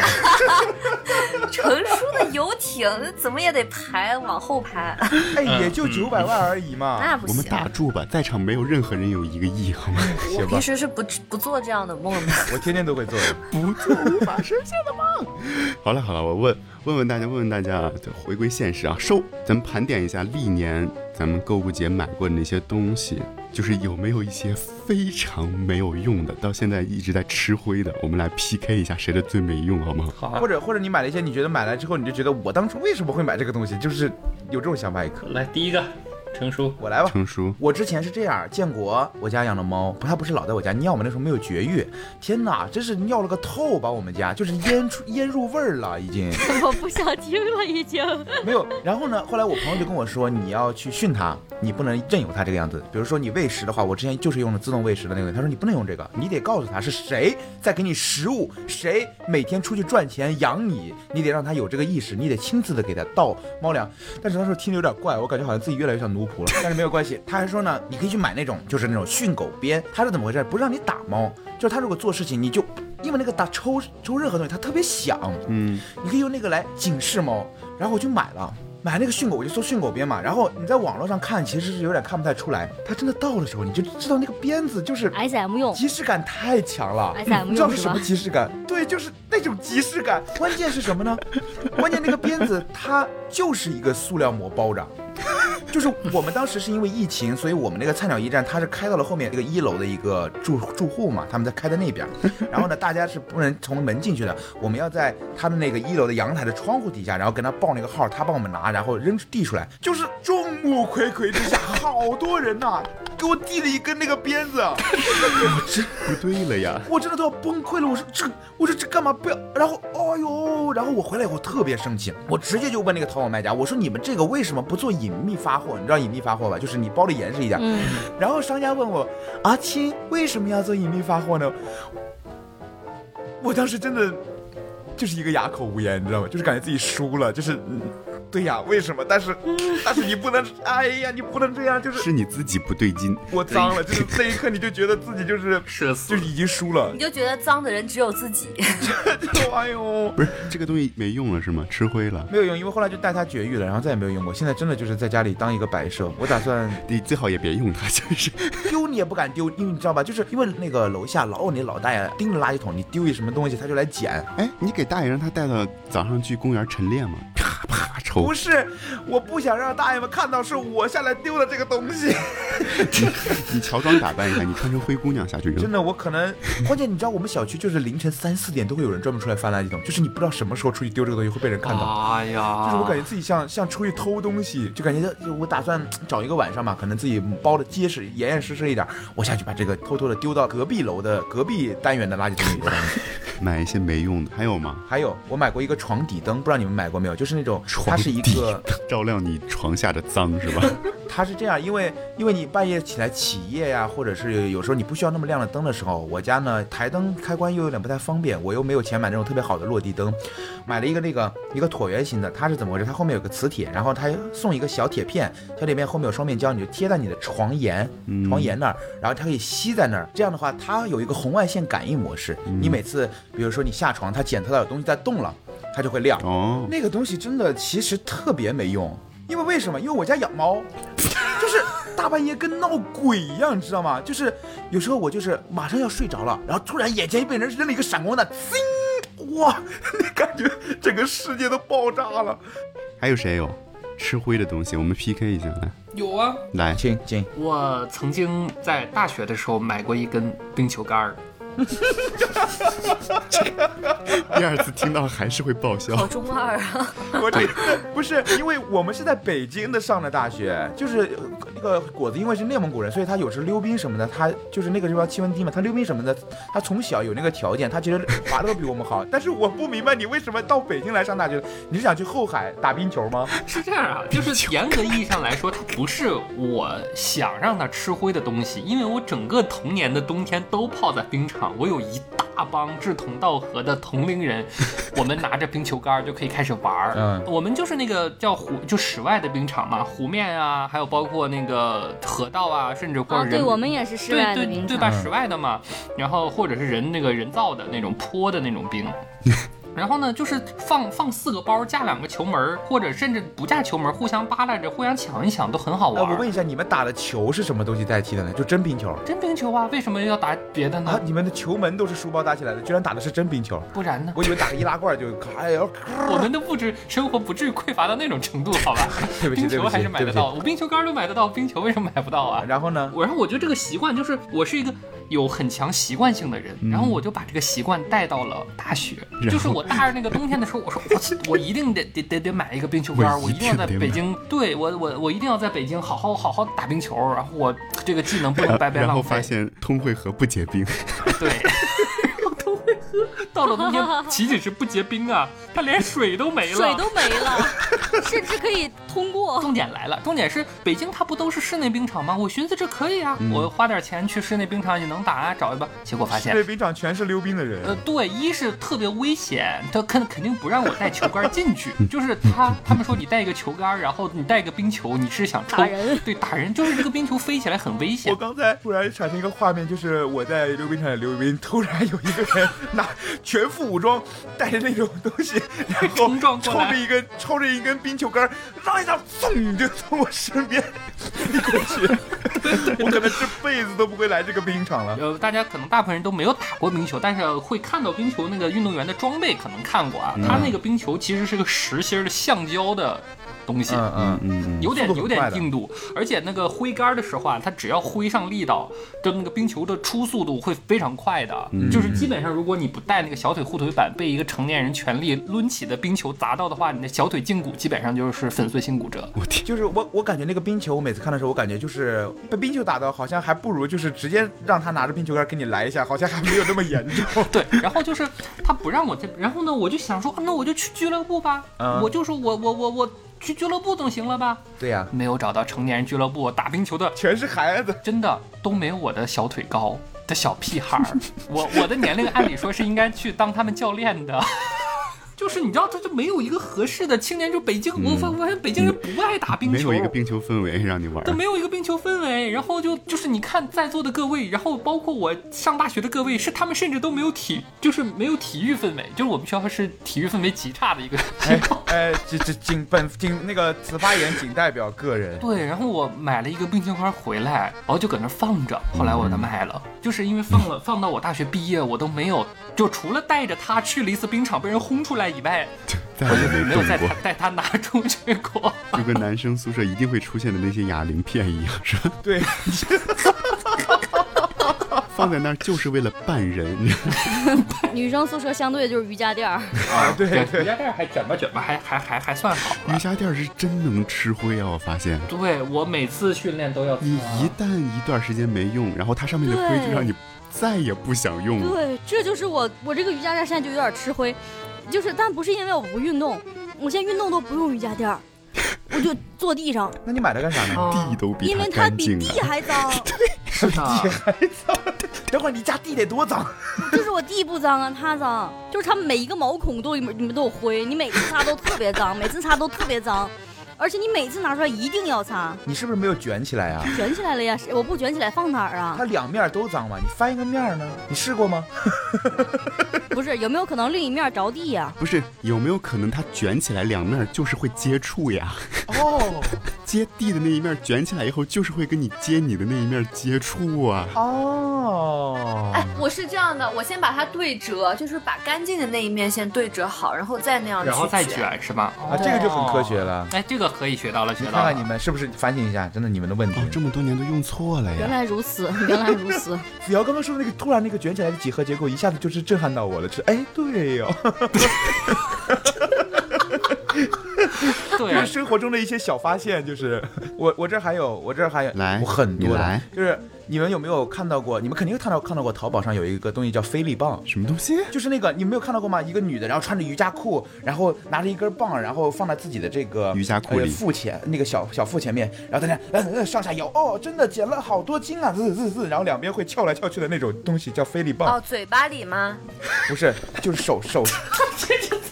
[SPEAKER 4] 成熟的游艇怎么也得排往后排，
[SPEAKER 5] 哎，
[SPEAKER 3] 嗯
[SPEAKER 5] 也就九百万而已嘛。
[SPEAKER 4] 那不
[SPEAKER 6] 我们
[SPEAKER 4] 行。
[SPEAKER 6] 打住吧，在场没有任何人有一个亿，好吗？
[SPEAKER 4] 我平时是不不做这样的梦的。
[SPEAKER 5] 我天天都会做的。
[SPEAKER 6] 不做无法实现的梦。好了好了，我问问问大家，问问大家啊，就回归现实啊，收，咱们盘点一下历年咱们购物节买过的那些东西，就是有没有一些非常没有用的，到现在一直在吃灰的，我们来 PK 一下谁的最没用，好吗？
[SPEAKER 3] 好啊
[SPEAKER 5] 或，者或者你买了一些，你觉得买来之后你就觉得我当初为什么会买这个东西，就是有这种想法也可以。
[SPEAKER 3] 来第一个，程叔，
[SPEAKER 5] 我
[SPEAKER 1] 嗯
[SPEAKER 5] 来吧。
[SPEAKER 6] 程叔，
[SPEAKER 5] 我之前是这样，建国我家养的猫，不它不是老在我家尿嘛，那时候没有绝育，天哪，真是尿了个透，把我们家就是腌出腌入味儿了已经。
[SPEAKER 2] 我不想听了，已经。
[SPEAKER 5] 没有。然后呢，后来我朋友就跟我说，你要去训它，你不能任由它这个样子。比如说你喂食的话，我之前就是用了自动喂食的那个，他说你不能用这个，你得告诉他是谁在给你食物，谁每天出去赚钱养你，你得让他有这个意识，你得亲自的给他倒猫粮。但是当时听着有点怪，我感觉好像自己越来越像奴仆了。但是没有关系，他还说呢，你可以去买那种就是那种训狗鞭，它是怎么回事？不让你打猫，就是它如果做事情你就。因为那个打抽抽任何东西，它特别响，
[SPEAKER 6] 嗯，
[SPEAKER 5] 你可以用那个来警示猫。然后我就买了，买那个训狗，我就搜训狗鞭嘛。然后你在网络上看，其实是有点看不太出来。它真的到的时候，你就知道那个鞭子就是
[SPEAKER 2] S M 用，
[SPEAKER 5] 即视感太强了
[SPEAKER 2] SM
[SPEAKER 5] 你知道
[SPEAKER 2] 用
[SPEAKER 5] 是
[SPEAKER 2] 是
[SPEAKER 5] 什
[SPEAKER 2] 吧
[SPEAKER 5] 么即视感？对，就是那种即视感。关键是什么呢？ 关键那个鞭子它就是一个塑料膜包着。就是我们当时是因为疫情，所以我们那个菜鸟驿站它是开到了后面一个一楼的一个住住户嘛，他们在开在那边，然后呢，大家是不能从门进去的，我们要在他们那个一楼的阳台的窗户底下，然后跟他报那个号，他帮我们拿，然后扔出递出来，就是众目睽睽之下，好多人呐、给我递了一根那个鞭子，
[SPEAKER 6] 不对了呀，
[SPEAKER 5] 我真的都要崩溃了。我说这，我说这干嘛不要？然后，哎呦，然后我回来以后特别生气，我直接就问那个淘宝卖家，我说你们这个为什么不做隐秘发货？你知道隐秘发货吧？就是你包的严实一点。
[SPEAKER 2] 嗯，
[SPEAKER 5] 然后商家问我，阿青为什么要做隐秘发货呢？我当时真的就是一个哑口无言，你知道吗？就是感觉自己输了，就是。嗯对呀，为什么？但是，但是你不能，哎呀，你不能这样，就是
[SPEAKER 6] 是你自己不对劲。
[SPEAKER 5] 我脏了，就是那一刻你就觉得自己就是
[SPEAKER 3] 社
[SPEAKER 5] 就
[SPEAKER 3] 死
[SPEAKER 5] 已经输了
[SPEAKER 4] 你，就觉得脏的人只有自己，
[SPEAKER 5] 就哎呦，
[SPEAKER 6] 不是这个东西没用了是吗？吃灰了，
[SPEAKER 5] 没有用，因为后来就带它绝育了，然后再也没有用过。现在真的就是在家里当一个摆设。我打算
[SPEAKER 6] 你最好也别用它，真是。
[SPEAKER 5] 丢你也不敢丢，因为你知道吧，就是因为那个楼下老有那老大爷盯着垃圾桶，你丢一什么东西他就来捡。
[SPEAKER 6] 哎，你给大爷让他带到早上去公园晨练吗？啪啪抽
[SPEAKER 5] 不。是，我不想让大爷们看到是我下来丢的这个东西。
[SPEAKER 6] 你乔装打扮一下，你穿成灰姑娘下去
[SPEAKER 5] 真
[SPEAKER 6] 扔。
[SPEAKER 5] 的，我可能，关键你知道我们小区就是凌晨三四点都会有人专门出来翻垃圾桶，就是你不知道什么时候出去丢这个东西会被人看到。
[SPEAKER 3] 哎呀，
[SPEAKER 6] 啊
[SPEAKER 5] 就是我感觉自己像像出去偷东西，就感觉到就我打算找一个晚上嘛，可能自己包的结实、严严实实一点，我下去把这个偷偷的丢到隔壁楼的隔壁单元的垃圾桶里头。
[SPEAKER 6] 买一些没用的。还有吗？
[SPEAKER 5] 还有，我买过一个床底灯，不知道你们买过没有？就是那种，它
[SPEAKER 6] 床
[SPEAKER 5] 是一
[SPEAKER 6] 底
[SPEAKER 5] 个，
[SPEAKER 6] 照亮你床下的脏是吧？
[SPEAKER 5] 它是这样，因为因为你半夜起来起夜呀、或者是有时候你不需要那么亮的灯的时候，我家呢台灯开关又有点不太方便，我又没有钱买那种特别好的落地灯，买了一个那个一个椭圆形的，它是怎么回事？它后面有个磁铁，然后它送一个小铁片，小铁片后面有双面胶，你就贴在你的床沿
[SPEAKER 6] 嗯
[SPEAKER 5] 床沿那儿，然后它可以吸在那儿。这样的话，它有一个红外线感应模式，你每次比如说你下床，它检测到有东西在动了，它就会亮。
[SPEAKER 6] 哦，
[SPEAKER 5] 那个东西真的其实特别没用，因为为什么？因为我家养猫，就是大半夜跟闹鬼一样，你知道吗？就是有时候我就是马上要睡着了，然后突然眼前被人扔了一个闪光弹，叮，哇， 那感觉整个世界都爆炸了。
[SPEAKER 6] 还有谁有吃灰的东西？我们 PK 一下，来
[SPEAKER 3] 有啊，
[SPEAKER 6] 来，
[SPEAKER 5] 亲亲，
[SPEAKER 3] 我曾经在大学的时候买过一根冰球杆 儿，
[SPEAKER 6] 第二次听到还是会爆
[SPEAKER 4] 好
[SPEAKER 6] 笑。
[SPEAKER 4] 中二啊！
[SPEAKER 5] 我这不是因为我们是在北京的上的大学，就是呃那个果子，因为是内蒙古人，所以他有时溜冰什么的，他就是那个地方气温低嘛，他溜冰什么的，他从小有那个条件，他其实滑的都比我们好。但是我不明白你为什么到北京来上大学，你是想去后海打冰球吗？
[SPEAKER 3] 是这样啊，就是严格意义上来说，它不是我想让它吃灰的东西，因为我整个童年的冬天都泡在冰场，我有一大帮志同道合的同龄人，我们拿着冰球杆儿就可以开始玩儿。
[SPEAKER 5] 嗯
[SPEAKER 3] 我们就是那个叫湖，就室外的冰场嘛，湖面啊，还有包括那个河道啊，甚至或者
[SPEAKER 2] 啊，
[SPEAKER 3] 人、
[SPEAKER 2] 对我们也是室外的
[SPEAKER 3] 对
[SPEAKER 2] 冰场
[SPEAKER 3] 对对。吧？室外的嘛，然后或者是人那个人造的那种坡的那种 冰。然后呢，就是放放四个包，架两个球门儿，或者甚至不架球门儿，互相扒拉着，互相抢一抢，都很
[SPEAKER 5] 哎，
[SPEAKER 3] 好玩
[SPEAKER 5] 我问
[SPEAKER 3] 儿。
[SPEAKER 5] 一下，你们打的球是什么东西代替的呢？就真冰球
[SPEAKER 3] 真冰球啊，为什么要打别的
[SPEAKER 5] 啊
[SPEAKER 3] 呢？？
[SPEAKER 5] 你们的球门都是书包搭起来的，居然打的是真冰球。
[SPEAKER 3] 不然呢？
[SPEAKER 5] 我以为打个易拉罐就，哎呦，
[SPEAKER 3] 我们的物质生活不至于匮乏到那种程度，好吧？
[SPEAKER 5] 对不起
[SPEAKER 3] 冰
[SPEAKER 5] 对
[SPEAKER 3] 球
[SPEAKER 5] 不起
[SPEAKER 3] 还是买
[SPEAKER 5] 对不
[SPEAKER 3] 得
[SPEAKER 5] 起
[SPEAKER 3] 到，我冰球杆儿都买得到，冰球为什么买不到啊？
[SPEAKER 5] 然后呢？
[SPEAKER 3] 我然后我觉得这个习惯就是我是一个有很强习惯性的人，
[SPEAKER 6] 嗯
[SPEAKER 3] 然后我就把这个习惯带到了大学，就是我大二那个冬天的时候，我说我操我一定得得得得买一个冰球杆儿，
[SPEAKER 6] 我
[SPEAKER 3] 我
[SPEAKER 6] 一
[SPEAKER 3] 一定要在
[SPEAKER 6] 定得
[SPEAKER 3] 北京，对我我我一定要在北京好好好好打冰球，然后我这个技能不能白
[SPEAKER 6] 呃
[SPEAKER 3] 白
[SPEAKER 6] 然后
[SPEAKER 3] 浪
[SPEAKER 6] 发
[SPEAKER 3] 费，
[SPEAKER 6] 现通惠河不结冰，
[SPEAKER 3] 对。 到了冬天，岂止是不结冰啊，它连水都没了，
[SPEAKER 2] 水都没了， 甚至可以通过。
[SPEAKER 3] 重点来了，重点是北京它不都是室内冰场吗？我寻思这可以啊，
[SPEAKER 6] 嗯
[SPEAKER 3] 我花点钱去室内冰场也能打啊，找一把。结果发现
[SPEAKER 5] 这冰场全是溜冰的人
[SPEAKER 3] 呃，。对，一是特别危险，他肯肯定不让我带球杆进去，
[SPEAKER 5] 嗯
[SPEAKER 3] 就是他他们说你带一个球杆，然后你带一个冰球，你是想抽
[SPEAKER 2] 打人
[SPEAKER 3] 对，打人就是这个冰球飞起来很危
[SPEAKER 5] 我
[SPEAKER 3] 险。
[SPEAKER 5] 刚才突然产生一个画面，就是我在溜冰场里溜冰，突然有一个人拿全副武装，带着那种东 西，然后
[SPEAKER 3] 冲撞过
[SPEAKER 5] 抽
[SPEAKER 3] 来
[SPEAKER 5] 着一根抽着一根冰球杆，让一下，噌就从我身边 飞过去。我可能这辈子都不会来这个冰场了。
[SPEAKER 3] 呃，大家可能大部分人都没有打过冰球，但是会看到冰球那个运动员的装备，可能看过
[SPEAKER 5] 嗯
[SPEAKER 3] 啊。他那个冰球其实是个实心儿的橡胶的东西，
[SPEAKER 5] 嗯嗯，
[SPEAKER 6] 嗯，
[SPEAKER 3] 有点
[SPEAKER 5] 速度很
[SPEAKER 3] 有
[SPEAKER 5] 快
[SPEAKER 3] 点
[SPEAKER 5] 的
[SPEAKER 3] 硬度，而且那个挥杆的时候啊，它只要挥上力道，就那个冰球的出速度会非常快的，
[SPEAKER 5] 嗯
[SPEAKER 3] 就是基本上如果你不带那个小腿护腿板，被一个成年人全力抡起的冰球砸到的话，你的小腿胫骨基本上就是粉碎性骨折。
[SPEAKER 6] 我天，
[SPEAKER 5] 就是我我感觉那个冰球，我每次看的时候，我感觉就是被冰球打到，好像还不如就是直接让他拿着冰球杆给你来一下，好像还没有那么严重。
[SPEAKER 3] 对，然后就是他不让我在，然后呢，我就想说，啊那我就去俱乐部吧，
[SPEAKER 5] 嗯
[SPEAKER 3] 我就说我我我我去俱乐部总行了吧？
[SPEAKER 5] 对呀、
[SPEAKER 3] 没有找到成年人俱乐部打冰球的
[SPEAKER 5] 全是孩子。
[SPEAKER 3] 真的都没有我的小腿高的小屁孩 儿。我我的年龄按理说是应该去当他们教练的。 就是你知道，他就没有一个合适的青年，就北京，我发我发现北京人不爱打冰
[SPEAKER 6] 嗯没
[SPEAKER 3] 球，
[SPEAKER 6] 有一个冰球氛围让你玩
[SPEAKER 3] 都。没有一个冰球氛围。然后就就是你看在座的各位，然后包括我上大学的各位，是他们甚至都没有体，就是没有体育氛围，就是我们学校是体育氛围极差的一个学校。
[SPEAKER 5] 哎，这这仅本仅那个此发言仅代表个人。
[SPEAKER 3] 对，然后我买了一个冰球杆回来，然后就搁那儿放着。后来我给它卖了，就是因为放了，放到我大学毕业，我都没有，就除了带着它去了一次冰场被人轰出来以外，
[SPEAKER 6] 再也没
[SPEAKER 3] 没有
[SPEAKER 6] 中
[SPEAKER 3] 再
[SPEAKER 6] 过，
[SPEAKER 3] 带它拿出去过。
[SPEAKER 6] 就跟男生宿舍一定会出现的那些哑铃片一样，是吧？
[SPEAKER 5] 对，
[SPEAKER 6] 放在那儿就是为了扮人，你知道吗
[SPEAKER 2] 女生宿舍相对就是瑜伽垫儿，
[SPEAKER 3] 啊，对，瑜伽垫还卷吧卷吧，还还还还算好
[SPEAKER 6] 瑜
[SPEAKER 3] 了。
[SPEAKER 6] 伽垫儿是真能吃灰啊！我发现，
[SPEAKER 3] 对我每次训练都要啊
[SPEAKER 6] 你一旦一段时间没用，然后它上面的灰就
[SPEAKER 2] 对
[SPEAKER 6] 让你
[SPEAKER 1] 再也不想用了。
[SPEAKER 2] 对，这就是我我这个瑜伽垫现在就有点吃灰，就是但不是因为我不运动，我现在运动都不用瑜伽垫儿，我就坐地上，
[SPEAKER 5] 那你买它干啥呢？
[SPEAKER 7] 哦
[SPEAKER 1] 地都 比
[SPEAKER 2] 因为它
[SPEAKER 1] 干
[SPEAKER 2] 比
[SPEAKER 1] 净
[SPEAKER 2] 地
[SPEAKER 1] 啊！
[SPEAKER 2] 还脏，
[SPEAKER 3] 啊 是的，
[SPEAKER 5] 等会儿你家地得多脏？
[SPEAKER 2] 就是我地不脏啊，它脏，就是它每一个毛孔都里面里面都有灰，你每次擦都特别 脏，每次擦都特别脏，而且你每次拿出来一定要擦，
[SPEAKER 5] 你是不是没有卷起来啊？
[SPEAKER 2] 卷起来了呀，谁我不卷起来放哪 儿啊？
[SPEAKER 5] 它两面都脏嘛，你翻一个面儿呢？你试过 吗？
[SPEAKER 2] 不是，有没有可能另一面着地呀、
[SPEAKER 1] 不是，有没有可能它卷起来两面儿就是会接触呀？
[SPEAKER 5] 哦
[SPEAKER 1] 接地的那一面儿卷起来以后，就是会跟你接你的那一面儿接触啊。
[SPEAKER 5] 哦，
[SPEAKER 7] 哎，我是这样的，我先把它对折，就是把干净的那一面先对折好，然后再那样去
[SPEAKER 3] 然后再。卷是吧？
[SPEAKER 5] 啊，这个就很科学了。
[SPEAKER 3] 哎，这个可以学到了，学
[SPEAKER 5] 你
[SPEAKER 3] 到
[SPEAKER 5] 看
[SPEAKER 3] 了。
[SPEAKER 5] 看你们是不是反省一下，真的你们的问题
[SPEAKER 1] 哦，。这么多年都用错了
[SPEAKER 2] 原
[SPEAKER 1] 呀。
[SPEAKER 2] 来如此， 原来如此。
[SPEAKER 5] 子瑶刚刚说的那个突然那个卷起来的几何结构，一下子就是震撼到我了，就是哎，对哦，就是
[SPEAKER 3] 对，
[SPEAKER 5] 生活中的一些小发现， 就是我我这儿还有，我这儿还有，
[SPEAKER 1] 来
[SPEAKER 5] 我很
[SPEAKER 1] 你
[SPEAKER 5] 多的
[SPEAKER 1] 来，
[SPEAKER 5] 就是你们有没有看到过？你们肯定看到看到过，淘宝上有一个东西叫飞力棒。
[SPEAKER 1] 什么东西？
[SPEAKER 5] 就是那个，你没有看到过吗？一个女的，然后穿着瑜伽裤，然后拿着一根棒，然后放在自己的这个
[SPEAKER 1] 瑜伽裤里
[SPEAKER 5] 呃腹前那个小小腹前面，然后在那嗯嗯上下摇，哦，真的减了好多斤啊，滋滋滋，然后两边会翘来翘去的那种东西叫飞力棒，
[SPEAKER 7] 哦，嘴巴里吗？
[SPEAKER 5] 不是，就是手手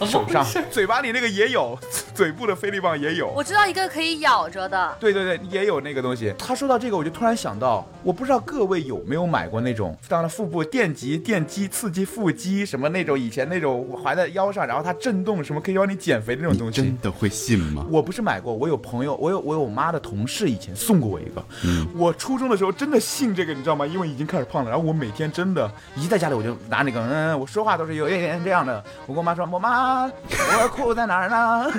[SPEAKER 5] 手 上， 嘴巴里那个也有，嘴部的飞力棒也有。
[SPEAKER 7] 我知道一个可以咬着的，
[SPEAKER 5] 对对对，也有那个东西。他说到这个，我就突然想到，我不知道各位有没有买过那种，当然腹部电极、电击刺激腹肌什么那种，以前那种怀在腰上，然后它震动什么可以让你减肥的那种
[SPEAKER 1] 你
[SPEAKER 5] 东西
[SPEAKER 1] 真。的会信吗？
[SPEAKER 5] 我不是买过，我有朋友，我有我有我妈的同事以前送过我一个。
[SPEAKER 1] 嗯
[SPEAKER 5] 我初中的时候真的信这个，你知道吗？因为已经开始胖了，然后我每天真的，一在家里我就拿那个，嗯，我说话都是有一点这样的。我跟我妈说，我妈，我的裤在哪儿呢？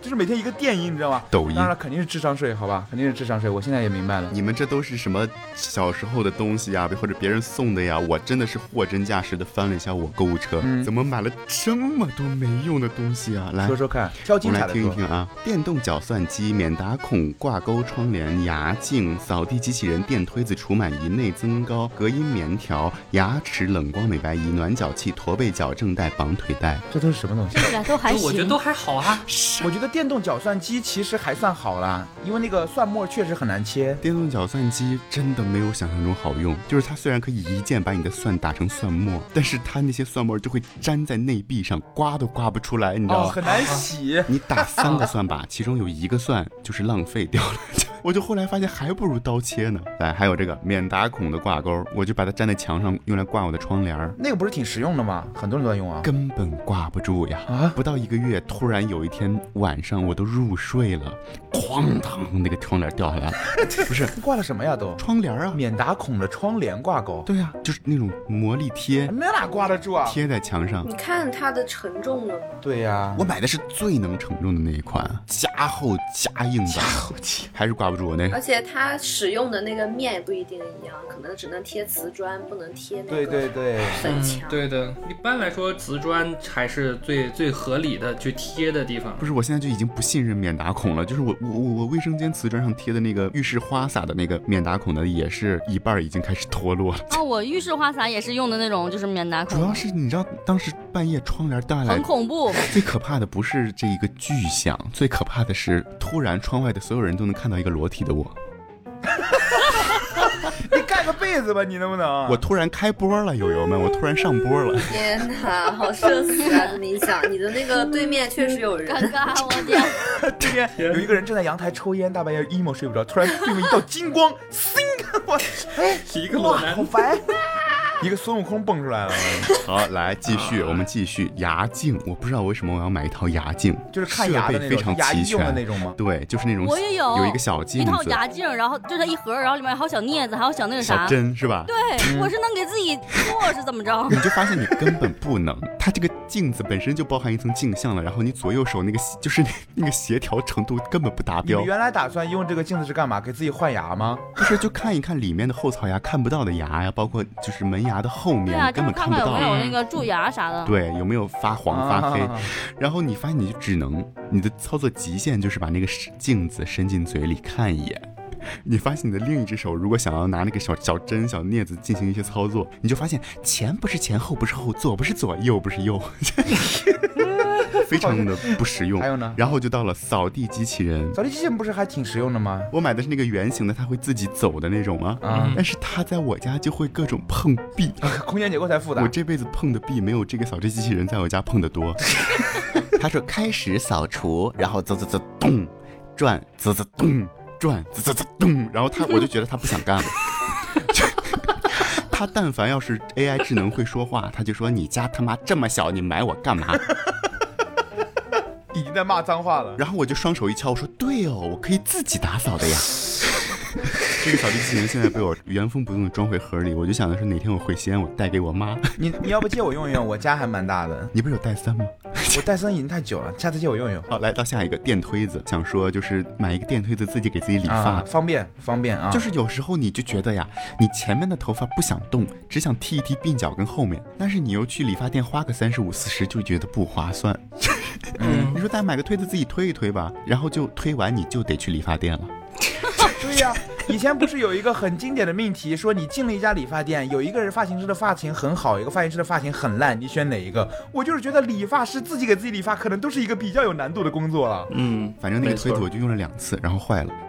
[SPEAKER 5] 就是每天一个电音，你知道吗？
[SPEAKER 1] 抖音
[SPEAKER 5] 当然了，肯定是智商税，好吧，肯定是智商税。我现在也明白了。
[SPEAKER 1] 你们这都是什么小时候的东西呀，或者别人送的呀？我真的是货真价实的翻了一下我购物车，怎么买了这么多没用的东西啊？来
[SPEAKER 5] 说，说看，挑
[SPEAKER 1] 我
[SPEAKER 5] 精
[SPEAKER 1] 们
[SPEAKER 5] 彩
[SPEAKER 1] 来
[SPEAKER 5] 的
[SPEAKER 1] 听一
[SPEAKER 5] 说。
[SPEAKER 1] 听啊！电动搅蒜机、免打孔、挂钩窗帘、牙镜、扫地机器人、电推子、除螨仪、内增高、隔音棉条、牙齿冷光美白仪、暖脚器、驼背矫正带、绑腿带。
[SPEAKER 5] 这都是什么东西？
[SPEAKER 2] 这俩都还行，
[SPEAKER 3] 我觉得都还好啊。
[SPEAKER 5] 我觉得电动搅蒜机其实还算好啦，因为那个蒜末确实很难切。
[SPEAKER 1] 电动搅蒜机真的没有想象中好用，就是它虽然可以一键把你的蒜打成蒜末，但是它那些蒜末就会粘在内壁上，刮都刮不出来，你知道
[SPEAKER 5] 哦，
[SPEAKER 1] 吗？
[SPEAKER 5] 很难洗。
[SPEAKER 1] 你打三个蒜 吧，其中有一个蒜就是浪费掉了。 我就后来发现还不如刀切呢。来，还有这个免打孔的挂钩，我就把它粘在墙上，用来挂我的窗帘儿，
[SPEAKER 5] 那个不是挺实用的吗？很多人都在用啊。
[SPEAKER 1] 根本挂不住呀。
[SPEAKER 5] 啊，
[SPEAKER 1] 不到一个月，突然有一天晚上我都入睡了，哐当，那个窗帘掉下 来了，不是
[SPEAKER 5] 挂了什么呀都？
[SPEAKER 1] 窗帘啊，
[SPEAKER 5] 免打孔的窗帘挂钩，
[SPEAKER 1] 对呀、就是那种魔力贴，
[SPEAKER 5] 那哪挂得住啊？
[SPEAKER 1] 贴在墙上。
[SPEAKER 7] 你看它的沉重了吗？
[SPEAKER 5] 对呀、
[SPEAKER 1] 我买的是最能承重的那一款，加厚加硬的，加厚还是挂不住我那个。
[SPEAKER 4] 而且它使用的那个面也不一定一样，可能只能贴瓷砖，不能贴那
[SPEAKER 5] 对
[SPEAKER 4] 个
[SPEAKER 5] 对对，
[SPEAKER 4] 粉墙。
[SPEAKER 3] 嗯对的，一般来说瓷砖还是最最合理的去贴的地方。
[SPEAKER 1] 不是，我现在就已经不信任免打孔了。就是我我我我卫生间瓷砖上贴的那个浴室花洒的那个免打孔的，也是一半儿已经开始脱落
[SPEAKER 5] 嗯
[SPEAKER 1] 了。
[SPEAKER 2] 啊，我浴室花洒也是用的那种，就是免打
[SPEAKER 1] 主要
[SPEAKER 2] 孔，
[SPEAKER 1] 是你知道，当时半夜窗帘掉下来
[SPEAKER 2] 很，恐怖。
[SPEAKER 1] 最可怕的不是这一个巨响，最可怕的是突然窗外的所有人都能看到一个裸体的我。
[SPEAKER 5] 你盖个被子吧，你能不能？
[SPEAKER 1] 我突然开播了，友友们，我突然上播 了。
[SPEAKER 4] 天哪，好社死啊！这么一想，你的那个对面确实有
[SPEAKER 2] 尴
[SPEAKER 4] 人，
[SPEAKER 2] 尬，我 天！
[SPEAKER 5] 这边有一个人正在阳台抽烟，大半夜 emo 睡不着，突然对面一道金光，星，我 哎，
[SPEAKER 3] 一个裸
[SPEAKER 5] 哇，
[SPEAKER 3] 男
[SPEAKER 5] 好烦， 一个孙悟空蹦出来了，
[SPEAKER 1] 好，来继
[SPEAKER 5] 啊
[SPEAKER 1] 续，我们继续牙镜。我不知道为什么我要买一套牙镜，
[SPEAKER 5] 就是看牙的
[SPEAKER 1] 设备
[SPEAKER 5] 那
[SPEAKER 1] 非
[SPEAKER 5] 种
[SPEAKER 1] 常
[SPEAKER 5] 牙
[SPEAKER 1] 齐
[SPEAKER 5] 医用的
[SPEAKER 1] 全
[SPEAKER 5] 那种吗？
[SPEAKER 1] 对，就是那种
[SPEAKER 2] 我也有
[SPEAKER 1] 一个小镜
[SPEAKER 2] 一套
[SPEAKER 1] 子，
[SPEAKER 2] 牙镜，然后就是一盒，然后里面还有小镊子，还有小那个
[SPEAKER 1] 小
[SPEAKER 2] 啥。
[SPEAKER 1] 针是吧？
[SPEAKER 2] 对，我是能给自己做是怎么着？
[SPEAKER 1] 你就发现你根本不能。它这个镜子本身就包含一层镜像了，然后你左右手那个就是那那个协调程度根本不达
[SPEAKER 5] 你
[SPEAKER 1] 标
[SPEAKER 5] 们，原来打算用这个镜子是干嘛？给自己换牙吗？
[SPEAKER 1] 不是就看一看里面的后槽牙看不到的牙呀，包括就是门牙的后面，
[SPEAKER 2] 对啊，
[SPEAKER 1] 你根
[SPEAKER 2] 就是
[SPEAKER 1] 本
[SPEAKER 2] 看
[SPEAKER 1] 不
[SPEAKER 2] 看有
[SPEAKER 1] 到
[SPEAKER 2] 没。有那个蛀牙啥的。
[SPEAKER 1] 对，有没有发黄发 黑？
[SPEAKER 5] 啊
[SPEAKER 1] 然后你发现你就只能你的操作极限就是把那个是镜子伸进嘴里看一眼，你发现你的另一只手如果想要拿那个小小针、小镊子进行一些操作，你就发现前不是前，后不是后，左不是左， 右不是右，非常的不实用。
[SPEAKER 5] 还有呢
[SPEAKER 1] 然后就到了扫地机器人，
[SPEAKER 5] 扫地机器人不是还挺实用的吗？
[SPEAKER 1] 我买的是那个圆形的，它会自己走的那种吗？
[SPEAKER 5] 啊，
[SPEAKER 1] 但是它在我家就会各种碰壁，
[SPEAKER 5] 空间结构太复杂
[SPEAKER 1] 我。这辈子碰的壁没有这个扫地机器人在我家碰的多。他说开始扫除，然后滋滋滋咚，转滋滋咚，转滋滋滋咚，然后他我就觉得他不想干了。他但凡要是 AI 智能会说话，他就说你家他妈这么小，你买我干嘛？
[SPEAKER 5] 已经在骂脏话了。
[SPEAKER 1] 然后我就双手一敲，我说对哦，我可以自己打扫的呀。 这个扫地机器人现在被我原封不动的装回盒里，我就想的是哪天我回西安，我带给我妈。
[SPEAKER 5] 你你要不借我用一用？我家还蛮大的，
[SPEAKER 1] 你不是有带三吗？
[SPEAKER 5] 我戴森已经太久了，下次借我用一用。
[SPEAKER 1] 好，哦来到下一个电推子，想说就是买一个电推子自己给自己理发
[SPEAKER 5] 啊，。方便方便啊！
[SPEAKER 1] 就是有时候你就觉得呀，你前面的头发不想动，只想剃一剃鬓角跟后面，但是你又去理发店花个三十五四十，就觉得不划算。
[SPEAKER 5] 嗯，
[SPEAKER 1] 你说咱买个推子自己推一推吧，然后就推完你就得去理发店了。
[SPEAKER 5] 啊对呀、以前不是有一个很经典的命题，说你进了一家理发店，有一个人发型师的发型很好，一个发型师的发型很烂，你选哪一个？我就是觉得理发师自己给自己理发，可能都是一个比较有难度的工作了。
[SPEAKER 3] 嗯，
[SPEAKER 1] 反正那个推子
[SPEAKER 3] 没
[SPEAKER 1] 我
[SPEAKER 3] 错
[SPEAKER 1] 就用了两次，然后坏了。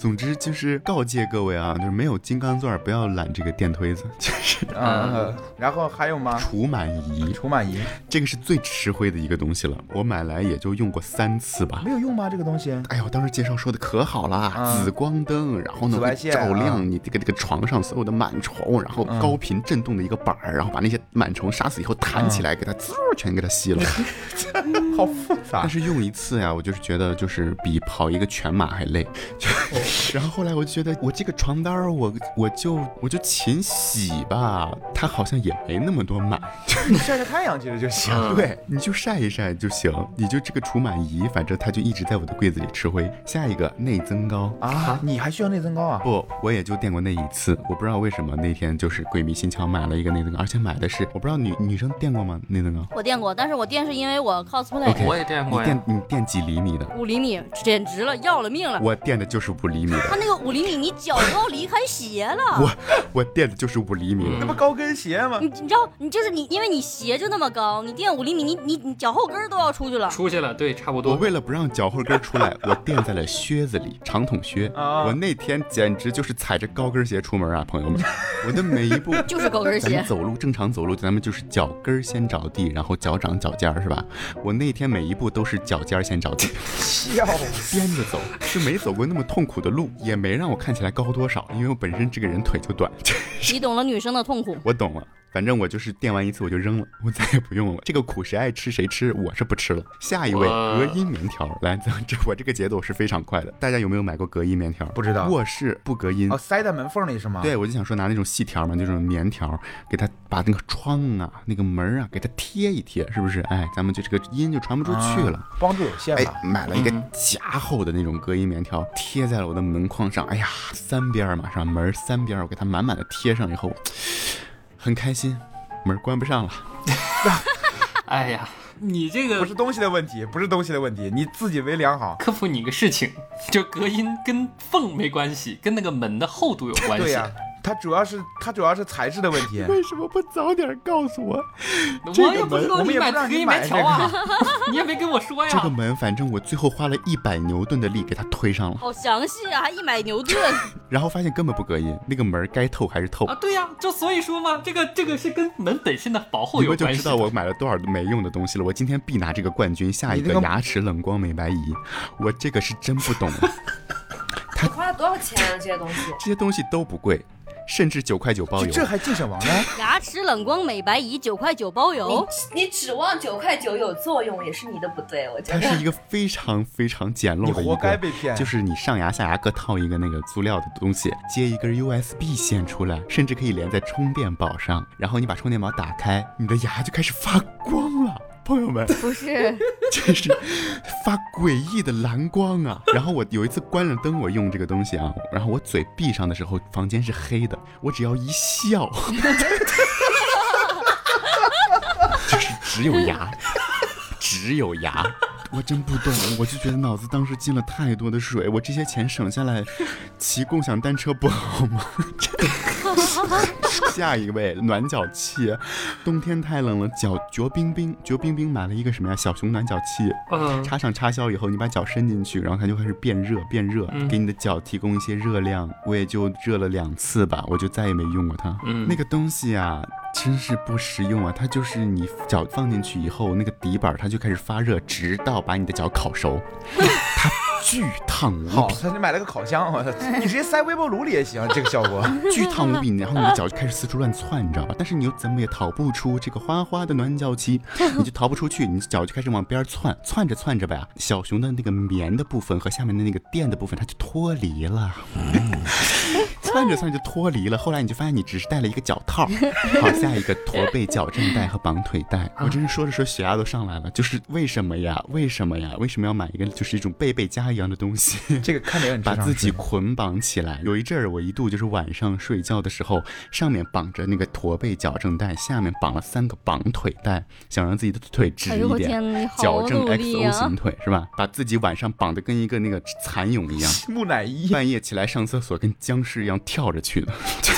[SPEAKER 1] 总之就是告诫各位啊，就是没有金刚钻儿不要揽这个电推子，就是
[SPEAKER 5] 啊，然后还有吗？
[SPEAKER 1] 除螨仪，
[SPEAKER 5] 除螨仪
[SPEAKER 1] 这个是最吃灰的一个东西了。我买来也就用过三次吧。
[SPEAKER 5] 没有用吗？这个东西？
[SPEAKER 1] 哎呦，当时介绍说的可好啦，
[SPEAKER 5] 嗯
[SPEAKER 1] 紫光灯，然后呢
[SPEAKER 5] 紫外
[SPEAKER 1] 会
[SPEAKER 5] 线
[SPEAKER 1] 照
[SPEAKER 5] 啊
[SPEAKER 1] 亮你这个这个床上所有的螨虫，然后
[SPEAKER 5] 嗯
[SPEAKER 1] 高频震动的一个板儿，然后把那些螨虫杀死以后弹起来，给它滋儿全给它吸了。
[SPEAKER 5] 嗯好复杂
[SPEAKER 1] 但。是用一次呀，我就是觉得就是比跑一个全马还 累。就
[SPEAKER 5] 哦
[SPEAKER 1] 然后后来我就觉得我这个床单儿，我我就我就勤洗吧，它好像也没那么多螨，
[SPEAKER 5] 你 晒晒太阳其实就行。
[SPEAKER 3] 嗯
[SPEAKER 5] 对，
[SPEAKER 1] 你就晒一晒就行，你就这个除螨仪，反正它就一直在我的柜子里吃灰。下一个内增高。
[SPEAKER 5] 啊，你还需要内增高啊？
[SPEAKER 1] 不，我也就垫过那一次，我不知道为什么那天就是鬼迷心窍买了一个内增高，而且买的是我不知道女女生垫过吗？内增高，
[SPEAKER 2] 我垫过，但是我垫是因为我
[SPEAKER 1] OK
[SPEAKER 2] cosplay
[SPEAKER 3] 我也垫
[SPEAKER 1] 你
[SPEAKER 3] 过呀
[SPEAKER 1] 垫，你垫几厘米的？
[SPEAKER 2] 五厘米，简直了，要了命了。
[SPEAKER 1] 我垫的就是五厘米
[SPEAKER 2] 他
[SPEAKER 1] 的，
[SPEAKER 2] 那个五厘米，你脚都要离开鞋了。
[SPEAKER 1] 我我垫的就是五厘米
[SPEAKER 5] 那
[SPEAKER 2] 嗯
[SPEAKER 1] 的。
[SPEAKER 5] 不高跟鞋吗
[SPEAKER 2] 你？你知道，你就是你，因为你鞋就那么高，你垫五厘米，你你你脚后跟儿都要出去了。
[SPEAKER 3] 出去了，对，差不
[SPEAKER 1] 我
[SPEAKER 3] 多。
[SPEAKER 1] 为了不让脚后跟出来，我垫在了靴子里，长筒靴。
[SPEAKER 2] 哦
[SPEAKER 5] 啊
[SPEAKER 1] 我那天简直就是踩着高跟鞋出门啊， 朋友们，我的每一步
[SPEAKER 2] 就是高跟
[SPEAKER 1] 咱
[SPEAKER 2] 鞋
[SPEAKER 1] 们，走路正常走路，咱们就是脚跟儿先着地，然后脚掌脚尖儿是吧？我那天每一步都是脚尖儿先着地，
[SPEAKER 5] 要
[SPEAKER 1] 颠着走，就没走过那么痛苦的路，也没让我看起来高多少，因为我本身这个人腿就短。
[SPEAKER 2] 你懂了女生的痛苦。
[SPEAKER 1] 我懂了，反正我就是垫完一次我就扔了，我再也不用了。这个苦谁爱吃谁吃，我是不吃了。下一位
[SPEAKER 3] 哇
[SPEAKER 1] 隔音棉条，来，咱这我这个节奏是非常快的。大家有没有买过隔音棉条？
[SPEAKER 5] 不知道
[SPEAKER 1] 卧室不隔音
[SPEAKER 5] 哦，。塞在门缝里是吗？
[SPEAKER 1] 对，，我就想说拿那种细条嘛，那种棉条，给它把那个窗啊、那个门啊，给它贴一贴，是不是？哎，咱们就这个音就传不出去了。
[SPEAKER 5] 帮助有限
[SPEAKER 1] 哎
[SPEAKER 5] 吧。，
[SPEAKER 1] 买了一个夹厚的那种隔音棉条，贴在了我的门框上。哎呀，三边儿嘛，上门儿三边儿，我给它满满的贴上以后，很开心，门儿关不上了。
[SPEAKER 3] 哎呀，你这
[SPEAKER 5] 不
[SPEAKER 3] 个
[SPEAKER 5] 是东西的问题，不是东西的问题，你自己为良好。
[SPEAKER 3] 科普你个事情，就隔音跟缝没关系，跟那个门的厚度有关系。
[SPEAKER 5] 对呀、它主要是它主要是材质的问 题。
[SPEAKER 1] 为什么不早点告诉我？
[SPEAKER 3] 我也不知道
[SPEAKER 5] 我们
[SPEAKER 3] 你
[SPEAKER 5] 也不
[SPEAKER 3] 买
[SPEAKER 5] 让
[SPEAKER 3] 隔
[SPEAKER 5] 你
[SPEAKER 3] 音
[SPEAKER 5] 买这
[SPEAKER 3] 棉条啊， 你也没跟我说呀。
[SPEAKER 1] 这个门，反正我最后花了一百牛顿的力给它推上了，
[SPEAKER 2] 好详细啊，还一买牛顿，
[SPEAKER 1] 然后发现根本不隔音，那个门儿该透还是透
[SPEAKER 3] 啊，。对呀、就所以说嘛，这个这个是跟门本身的薄厚
[SPEAKER 1] 你
[SPEAKER 3] 有
[SPEAKER 1] 们就
[SPEAKER 3] 关
[SPEAKER 1] 知
[SPEAKER 3] 系
[SPEAKER 1] 道
[SPEAKER 3] 的。
[SPEAKER 1] 我买了多少没用的东西了。我今天必拿这个冠军，下一
[SPEAKER 5] 你
[SPEAKER 1] 个
[SPEAKER 5] 那个
[SPEAKER 1] 牙齿冷光美白仪，我这个是真不懂啊。
[SPEAKER 4] 你花了多少钱啊？这些东西？
[SPEAKER 1] 这些东西都不贵，甚至九块九包
[SPEAKER 5] 这
[SPEAKER 1] 邮。
[SPEAKER 5] 这还进什么呢？
[SPEAKER 2] 牙齿冷光美白仪九块九包邮。
[SPEAKER 4] 你指望九块九有作用也是你的不对，我觉
[SPEAKER 1] 它
[SPEAKER 4] 得。
[SPEAKER 1] 是一个非常非常简陋
[SPEAKER 5] 你
[SPEAKER 1] 的一
[SPEAKER 5] 活该
[SPEAKER 1] 个。
[SPEAKER 5] 被骗。
[SPEAKER 1] 就是你上牙下牙各套一个那个塑料的东西，接一根 USB 线出来，甚至可以连在充电宝上。然后你把充电宝打开，你的牙就开始发光了，朋友们。
[SPEAKER 2] 不是，
[SPEAKER 1] 真是发诡异的蓝光啊！然后我有一次关了灯，我用这个东西啊，然后我嘴闭上的时候，房间是黑的，我只要一笑， 就是只有牙，只有牙，我真不懂，我就觉得脑子当时进了太多的水，我这些钱省下来，骑共享单车不好吗？ 下一位暖脚器，冬天太冷了，脚脚冰冰，脚冰冰买了一个什么呀？小熊暖脚器，
[SPEAKER 3] 嗯，
[SPEAKER 1] 插上插销以后，你把脚伸进去，然后它就开始变热，变热，
[SPEAKER 3] 嗯
[SPEAKER 1] 给你的脚提供一些热量。我也就热了两次吧，我就再也没用过它。
[SPEAKER 3] 嗯
[SPEAKER 1] 那个东西啊，真是不实用啊！它就是你脚放进去以后，那个底板它就开始发热，直到把你的脚烤 熟，它巨烫无
[SPEAKER 5] 好，
[SPEAKER 1] 比，
[SPEAKER 5] 他就买了个烤箱，我操，你直接塞微波炉里也行，这个效果。
[SPEAKER 1] 巨烫无比。然后你的脚就开始四处乱窜，你知道吧？但是你又怎么也逃不出这个哗哗的暖脚期，你就逃不出去，你脚就开始往边儿窜，窜着窜着吧，小熊的那个棉的部分和下面的那个垫的部分，它就脱离了。 窜着窜着就脱离了，后来你就发现你只是戴了一个脚套，好，下一个驼背矫正带和绑腿带，我真是说着说着血压都上来了，就是为什么呀？为什么呀？为什么要买一个就是一种贝贝家一样的东西？
[SPEAKER 5] 这个看点很
[SPEAKER 1] 把自己
[SPEAKER 5] 智商
[SPEAKER 1] 捆绑起来。有一阵儿，我一度就是晚上睡觉的时候，上面绑着那个驼背矫正带，下面绑了三个绑腿带，想让自己的腿直
[SPEAKER 2] 哎呦
[SPEAKER 1] 一
[SPEAKER 2] 我
[SPEAKER 1] 点，
[SPEAKER 2] 天，你好
[SPEAKER 1] 矫正
[SPEAKER 2] 努力
[SPEAKER 1] XO
[SPEAKER 2] 啊
[SPEAKER 1] 型！腿是吧？把自己晚上绑得跟一个那个蚕蛹一样，
[SPEAKER 5] 木 乃伊，
[SPEAKER 1] 半夜起来上厕所跟僵尸一样跳着去的。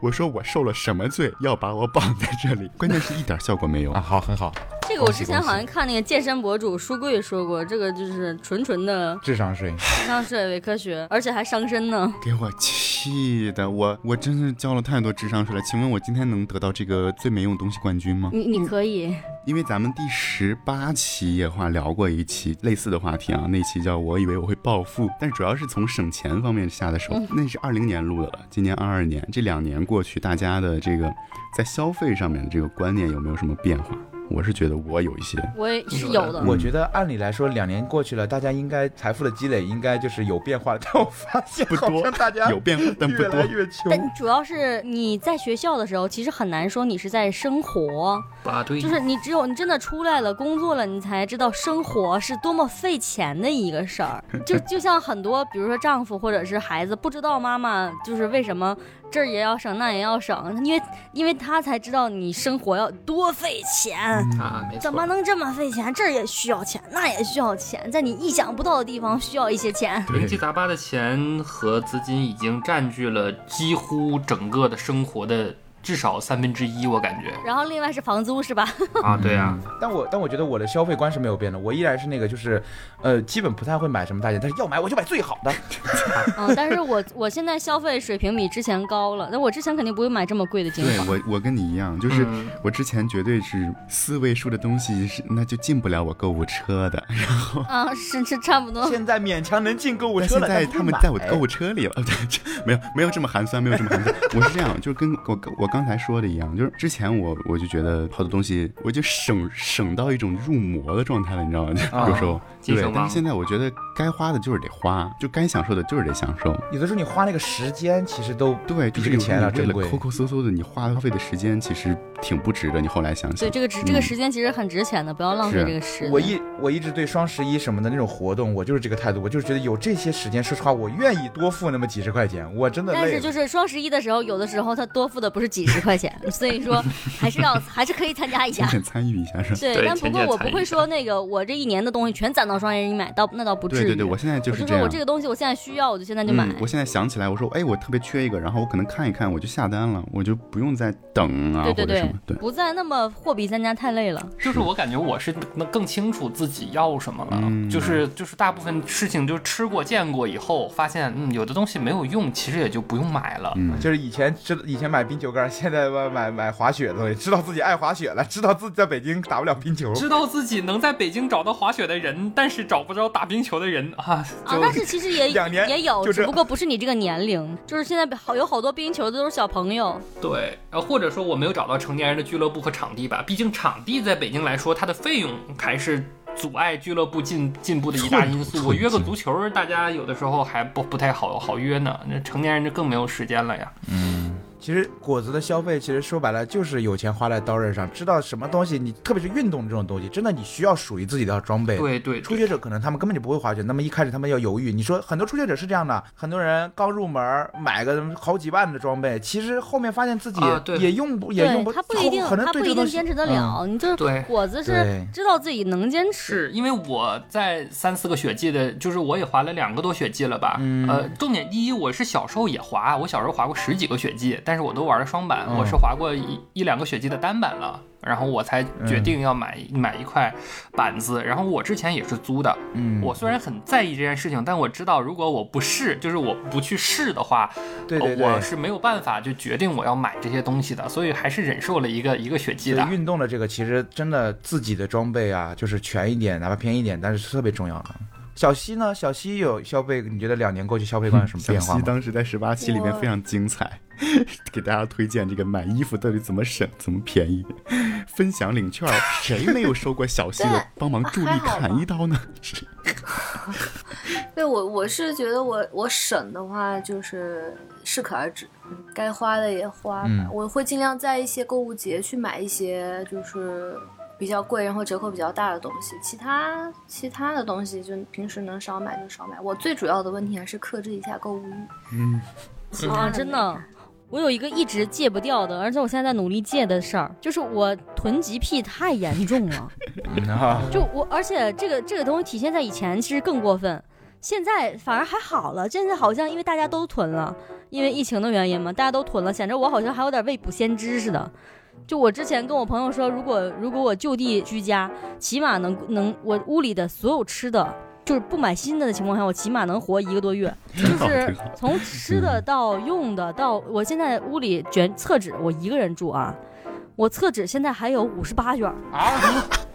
[SPEAKER 1] 我说我受了什么罪，要把我绑在这里？关键是一点效果没有
[SPEAKER 5] 啊，。好，很好，
[SPEAKER 2] 这个我之前好像看那个健身博主书柜说过，这个就是纯纯的
[SPEAKER 5] 智商税。
[SPEAKER 2] 智商税伪科学，而且还伤身呢。
[SPEAKER 1] 给我气的，我我真是交了太多智商税了。请问我今天能得到这个最没用东西冠军吗？
[SPEAKER 2] 你你可以，
[SPEAKER 1] 因为咱们第十八期夜话聊过一期类似的话题啊，那期叫我以为我会暴富，但是主要是从省钱方面下的手。那是二零年录的了，今年二二年，这两年过去，大家的这个在消费上面的这个观念有没有什么变化？我是觉得我有一些，
[SPEAKER 2] 我也是有的。
[SPEAKER 5] 我觉得按理来说，两年过去了，大家应该财富的积累应该就是有变化了，但我发现
[SPEAKER 1] 不
[SPEAKER 5] 好
[SPEAKER 1] 多
[SPEAKER 5] 像大家
[SPEAKER 1] 有变化，但不
[SPEAKER 5] 越
[SPEAKER 1] 多
[SPEAKER 5] 来。越穷。
[SPEAKER 2] 但主要是你在学校的时候，其实很难说你是在生活，
[SPEAKER 3] 啊对，
[SPEAKER 2] 就是你只有你真的出来了工作了，你才知道生活是多么费钱的一个事儿。就就像很多，比如说丈夫或者是孩子，不知道妈妈就是为什么这儿也要省那也要省，因为因为他才知道你生活要多费钱。
[SPEAKER 3] 啊，没错，
[SPEAKER 2] 怎么能这么费钱？这儿也需要钱，那也需要钱，在你意想不到的地方需要一些钱。
[SPEAKER 3] 零七杂八的钱和资金已经占据了几乎整个的生活的至少三分之一，我感觉
[SPEAKER 2] 然后另外是房租是吧？
[SPEAKER 3] 啊，对啊，
[SPEAKER 5] 但我但我觉得我的消费观是没有变的，我依然是那个就是，呃，基本不太会买什么大件，但是要买我就买最好的。
[SPEAKER 2] 嗯，但是我我现在消费水平比之前高了，那我之前肯定不会买这么贵的精
[SPEAKER 1] 对
[SPEAKER 2] 华。
[SPEAKER 1] 我，我跟你一样，就是
[SPEAKER 3] 嗯
[SPEAKER 1] 我之前绝对是四位数的东西是那就进不了我购物车的，
[SPEAKER 2] 啊，是是差不多。
[SPEAKER 5] 现在勉强能进购物
[SPEAKER 1] 但
[SPEAKER 5] 车
[SPEAKER 1] 现
[SPEAKER 5] 了，
[SPEAKER 1] 在
[SPEAKER 5] 但不
[SPEAKER 1] 他们
[SPEAKER 5] 买哎
[SPEAKER 1] 在我的购物车里了， 这没有没有这么寒酸，没有这么寒酸。我是这样，就是跟我我刚才说的一样，就是之前我我就觉得好多东西，我就省省到一种入魔的状态了，你知道吗？
[SPEAKER 5] 啊
[SPEAKER 1] 有时候
[SPEAKER 3] 精
[SPEAKER 1] 对
[SPEAKER 3] 神，
[SPEAKER 1] 但
[SPEAKER 3] 王
[SPEAKER 1] 是现在我觉得该花的就是得花，就该享受的就是得享受。
[SPEAKER 5] 有的时候你花那个时间其实都
[SPEAKER 1] 对，就是
[SPEAKER 5] 比这
[SPEAKER 1] 有
[SPEAKER 5] 个
[SPEAKER 1] 时候
[SPEAKER 5] 钱啊
[SPEAKER 1] 你为
[SPEAKER 5] 珍
[SPEAKER 1] 了
[SPEAKER 5] 贵。
[SPEAKER 1] 抠抠搜搜的，你花费的时间其实挺不值的。你后来想想
[SPEAKER 2] 对，，这个值这个
[SPEAKER 1] 嗯
[SPEAKER 2] 时间其实很值钱的，不要浪费
[SPEAKER 1] 是
[SPEAKER 2] 这个时间。
[SPEAKER 5] 我一我一直对双十一什么的那种活动，我就是这个态度，我就是觉得有这些时间，说实话，我愿意多付那么几十块钱，我真的
[SPEAKER 2] 但
[SPEAKER 5] 累
[SPEAKER 2] 是
[SPEAKER 5] 了。
[SPEAKER 2] 就是双十一的时候，有的时候他多付的不是几十块钱，所以说还是要还是可以参加一下
[SPEAKER 1] 浅。浅参与一下是吧？
[SPEAKER 2] 对，
[SPEAKER 3] 对
[SPEAKER 2] 但不
[SPEAKER 3] 参
[SPEAKER 2] 过
[SPEAKER 3] 加
[SPEAKER 2] 我
[SPEAKER 3] 参
[SPEAKER 2] 不
[SPEAKER 3] 与
[SPEAKER 2] 会
[SPEAKER 3] 一
[SPEAKER 2] 说那个我这一年的东西全攒到双十一买，到那倒不至于。
[SPEAKER 1] 对对对，我现在就
[SPEAKER 2] 我
[SPEAKER 1] 是
[SPEAKER 2] 就
[SPEAKER 1] 这
[SPEAKER 2] 说
[SPEAKER 1] 样。嗯
[SPEAKER 2] 我这个东西我现在需要，我就现在就买。
[SPEAKER 6] 嗯
[SPEAKER 1] 我现在想起来，我说，哎，我特别缺一个，然后我可能看一看，我就下单了，我就不用再等啊，
[SPEAKER 2] 对对
[SPEAKER 1] 或者什么，对
[SPEAKER 2] 对，，不再那么货比三家太累了。
[SPEAKER 3] 就是我感觉我是能更清楚自己要什么了，
[SPEAKER 1] 嗯
[SPEAKER 3] 就是就是大部分事情就吃过见过以后，发现嗯有的东西没有用，其实也就不用买了。
[SPEAKER 1] 嗯，
[SPEAKER 5] 就是以前知以前买冰球杆，现在买买买滑雪的东西，知道自己爱滑雪了，知道自己在北京打不了冰球，
[SPEAKER 3] 知道自己能在北京找到滑雪的人，但是找不着打冰球的人啊，
[SPEAKER 2] 啊
[SPEAKER 3] 就，
[SPEAKER 2] 但是其实也
[SPEAKER 5] 两年
[SPEAKER 2] 也有，
[SPEAKER 5] 就
[SPEAKER 2] 只
[SPEAKER 5] 这
[SPEAKER 2] 不过不是你这个年龄，就是现在好有好多冰球的都是小朋友，
[SPEAKER 3] 对，呃，或者说我没有找到成年人的俱乐部和场地吧，毕竟场地在北京来说，它的费用还是阻碍俱乐部进进步的一大因
[SPEAKER 1] 寸
[SPEAKER 3] 素。
[SPEAKER 1] 土
[SPEAKER 3] 我约个
[SPEAKER 1] 寸金
[SPEAKER 3] 足球，大家有的时候还不不太好好约呢，那成年人就更没有时间了呀。嗯，
[SPEAKER 5] 其实果子的消费，其实说白了就是有钱花在刀刃上，知道什么东西你，特别是运动这种东西，真的你需要属于自己的装备。
[SPEAKER 3] 对对，
[SPEAKER 5] 初学者可能他们根本就不会滑雪，那么一开始他们要犹豫。你说很多初学者是这样的，很多人刚入门买个好几万的装备，其实后面发现自己
[SPEAKER 3] 啊对
[SPEAKER 5] 也用不、也用
[SPEAKER 2] 对
[SPEAKER 5] 不，
[SPEAKER 2] 他不一定，
[SPEAKER 5] 可能
[SPEAKER 2] 他
[SPEAKER 5] 对
[SPEAKER 2] 不
[SPEAKER 5] 这
[SPEAKER 2] 一
[SPEAKER 5] 个东
[SPEAKER 2] 定
[SPEAKER 5] 西
[SPEAKER 2] 坚持得
[SPEAKER 5] 嗯
[SPEAKER 2] 了。你这
[SPEAKER 3] 对
[SPEAKER 2] 果子是
[SPEAKER 5] 对
[SPEAKER 2] 知道自己能坚持，
[SPEAKER 3] 是因为我在三四个雪季的，就是我也滑了两个多雪季了吧。
[SPEAKER 5] 嗯
[SPEAKER 3] 呃，重点第一，我是小时候也滑，我小时候滑过十几个雪季，但是我都玩了双板，
[SPEAKER 5] 嗯
[SPEAKER 3] 我是滑过一一两个雪季的单板了，然后我才决定要买、买一块板子。然后我之前也是租的，
[SPEAKER 5] 嗯，
[SPEAKER 3] 我虽然很在意这件事情，但我知道如果我不试，就是我不去试的话，
[SPEAKER 5] 对对
[SPEAKER 3] 呃
[SPEAKER 5] 对
[SPEAKER 3] 我是没有办法就决定我要买这些东西的，所以还是忍受了一个一个雪季
[SPEAKER 5] 所
[SPEAKER 3] 的
[SPEAKER 5] 以。运动的这个其实真的自己的装备啊，就是全一点，哪怕便宜一点，但是特别重要的。小西呢？小西有消费，你觉得两年过去消费观有什么
[SPEAKER 6] 小
[SPEAKER 5] 变化
[SPEAKER 6] 西
[SPEAKER 5] 吗？
[SPEAKER 6] 当时在十八期里面非常精彩， 给大家推荐这个买衣服到底怎么省、怎么便宜。分享领券，谁没有收过小西的帮忙助力
[SPEAKER 8] 还好吧
[SPEAKER 6] 砍一刀呢？是
[SPEAKER 8] 对我我是觉得我我省的话就是适可而止，嗯该花的也花吧，
[SPEAKER 5] 嗯
[SPEAKER 8] 我会尽量在一些购物节去买一些就是比较贵，然后折扣比较大的东西，其他其他的东西就平时能少买就少买。我最主要的问题还是克制一下购物欲。嗯，
[SPEAKER 2] 啊，真的。我有一个一直戒不掉的，而且我现在在努力戒的事儿，就是我囤积癖太严重了。
[SPEAKER 5] 嗯啊，
[SPEAKER 2] 就我，而且这个这个东西体现在以前其实更过分，现在反而还好了。现在好像因为大家都囤了，因为疫情的原因嘛，大家都囤了，显得我好像还有点未卜先知似的。就我之前跟我朋友说，如果如果我就地居家，起码能能我屋里的所有吃的，就是不买新的的情况下，我起码能活一个多月。就
[SPEAKER 6] 好
[SPEAKER 2] 是
[SPEAKER 6] 挺好
[SPEAKER 2] 从吃的到用的到，我现在屋里卷厕纸，我一个人住啊，我厕纸现在还有五十八卷儿。
[SPEAKER 3] 啊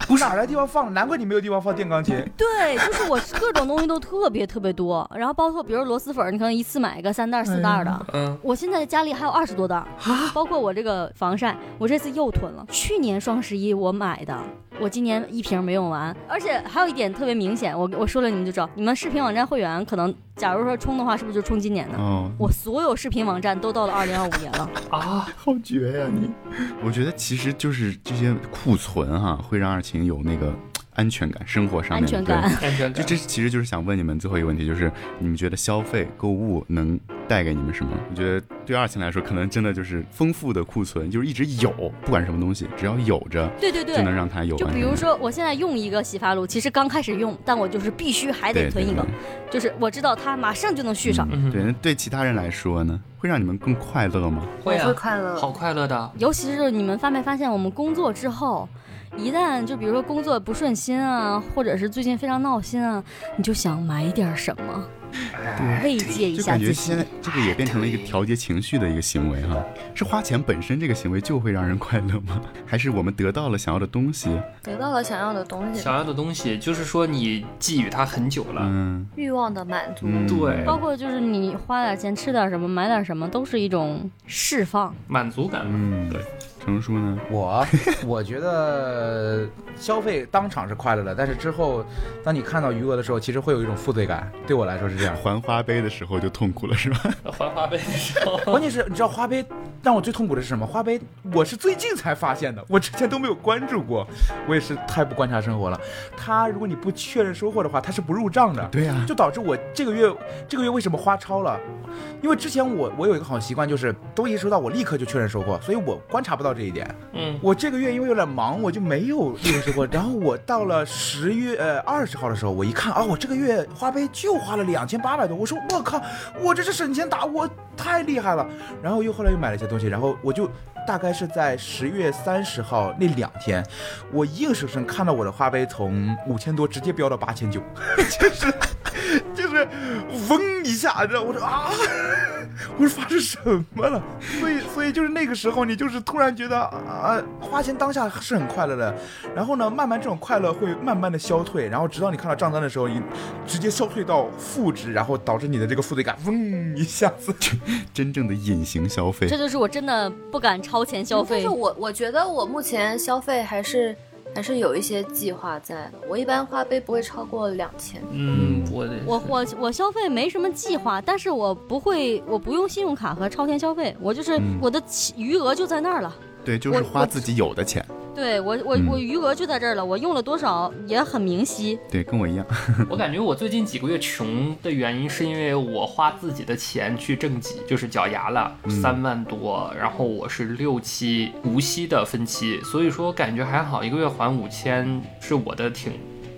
[SPEAKER 5] 不是哪儿来地方放？难怪你没有地方放电钢琴。
[SPEAKER 2] 对，就是我各种东西都特别特别多，然后包括比如螺蛳粉儿，你可能一次买个三袋儿四袋儿的。
[SPEAKER 3] 嗯，
[SPEAKER 2] 我现在家里还有二十多袋儿，
[SPEAKER 6] 啊
[SPEAKER 2] 包括我这个防晒，我这次又囤了。去年双十一我买的，我今年一瓶没用完。而且还有一点特别明显，我我说了你们就知道，你们视频网站会员可能，假如说充的话，是不是就充今年的？
[SPEAKER 6] 哦，
[SPEAKER 2] 我所有视频网站都到了二零二五年了，
[SPEAKER 3] 啊，
[SPEAKER 6] 好绝呀、你！我觉得其实就是这些库存哈、会让二晴有那个安全感，生活上面
[SPEAKER 2] 安全感
[SPEAKER 6] 对
[SPEAKER 3] 安全
[SPEAKER 6] 就
[SPEAKER 3] 感。
[SPEAKER 6] 这其实就是想问你们最后一个问题，就是你们觉得消费购物能带给你们什么？我觉得对二晴来说，可能真的就是丰富的库存，就是一直有，不管什么东西，只要有着，
[SPEAKER 2] 对对对
[SPEAKER 6] 就能让它有
[SPEAKER 2] 就
[SPEAKER 6] 完
[SPEAKER 2] 比
[SPEAKER 6] 整
[SPEAKER 2] 如
[SPEAKER 6] 感
[SPEAKER 2] 说，我现在用一个洗发露，其实刚开始用，但我就是必须还得
[SPEAKER 6] 对嗯
[SPEAKER 2] 囤一个，就是我知道它马上就能续上。
[SPEAKER 6] 对对对，那对其他人来说呢，会让你们更快乐吗？
[SPEAKER 3] 会
[SPEAKER 8] 我会
[SPEAKER 3] 啊，
[SPEAKER 8] 快乐。
[SPEAKER 3] 好快乐的。
[SPEAKER 2] 尤其是你们发没发现，我们工作之后，一旦就比如说工作不顺心啊，或者是最近非常闹心啊，你就想买点什么
[SPEAKER 3] 哎
[SPEAKER 2] 慰藉一
[SPEAKER 6] 就
[SPEAKER 2] 下
[SPEAKER 6] 感觉
[SPEAKER 2] 自己
[SPEAKER 6] 现。在这个也变成了一个
[SPEAKER 3] 对
[SPEAKER 6] 调节情绪的一个行为哈、是花钱本身这个行为就会让人快乐吗？还是我们得到了想要的东西？
[SPEAKER 8] 得到了想要的东西，
[SPEAKER 3] 想要的东西，就是说你寄予它很久了。
[SPEAKER 6] 嗯，
[SPEAKER 8] 欲望的满足。
[SPEAKER 6] 嗯
[SPEAKER 3] 对
[SPEAKER 2] 包括就是你花点钱吃点什么，买点什么，都是一种释放。
[SPEAKER 3] 满足感。
[SPEAKER 6] 嗯，
[SPEAKER 3] 对，
[SPEAKER 6] 成叔呢？
[SPEAKER 5] 我我觉得消费当场是快乐的，但是之后当你看到余额的时候，其实会有一种负罪感。对我来说是这样。
[SPEAKER 6] 还花呗的时候就痛苦了是吧？
[SPEAKER 3] 还呃花呗的时候，
[SPEAKER 5] 关键是，你知道花呗让我最痛苦的是什么？花呗我是最近才发现的，我之前都没有关注过。我也是太不观察生活了。它如果你不确认收获的话，它是不入账的。
[SPEAKER 6] 对呀、
[SPEAKER 5] 就导致我这个月这个月为什么花超了？因为之前我我有一个好习惯，就是东西收到我立刻就确认收获，所以我观察不到这一点。
[SPEAKER 3] 嗯，
[SPEAKER 5] 我这个月因为有点忙，我就没有立刻收获。然后我到了十月呃二十号的时候，我一看啊，我这个月花呗就花了两千八百多，我说我靠，我这是省钱达，我太厉害了。然后又后来又买了一些东西，然后我就大概是在十月三十号那两天，我硬生生看到我的花呗从五千多直接飙到八千九， 就是就是嗡一下，然后我说啊。我说发生什么了？所以所以就是那个时候，你就是突然觉得啊，花钱当下是很快乐的，然后呢，慢慢这种快乐会慢慢的消退，然后直到你看到账单的时候，你直接消退到负值，然后导致你的这个负罪感嗡一下子。
[SPEAKER 6] 真正的隐形消费
[SPEAKER 2] 这就是我真的不敢超前消
[SPEAKER 8] 但
[SPEAKER 2] 费
[SPEAKER 8] 是。我我觉得我目前消费还是还是有一些计划在的。我一般花呗不会超过两千，
[SPEAKER 3] 嗯，我得
[SPEAKER 2] 我我我消费没什么计划，但是我不会，我不用信用卡和超前消费，我就是
[SPEAKER 1] 嗯
[SPEAKER 2] 我的起余额就在那儿了。
[SPEAKER 1] 对，就是
[SPEAKER 2] 我
[SPEAKER 1] 花自己有的钱。
[SPEAKER 2] 对我我
[SPEAKER 1] 嗯
[SPEAKER 2] 我余额就在这儿了，我用了多少也很明晰。
[SPEAKER 1] 对，跟我一样。
[SPEAKER 3] 我感觉我最近几个月穷的原因，是因为我花自己的钱去挣几，就是缴牙了三万多，然后我是六期无息的分期，所以说我感觉还好，一个月还五千是我的挺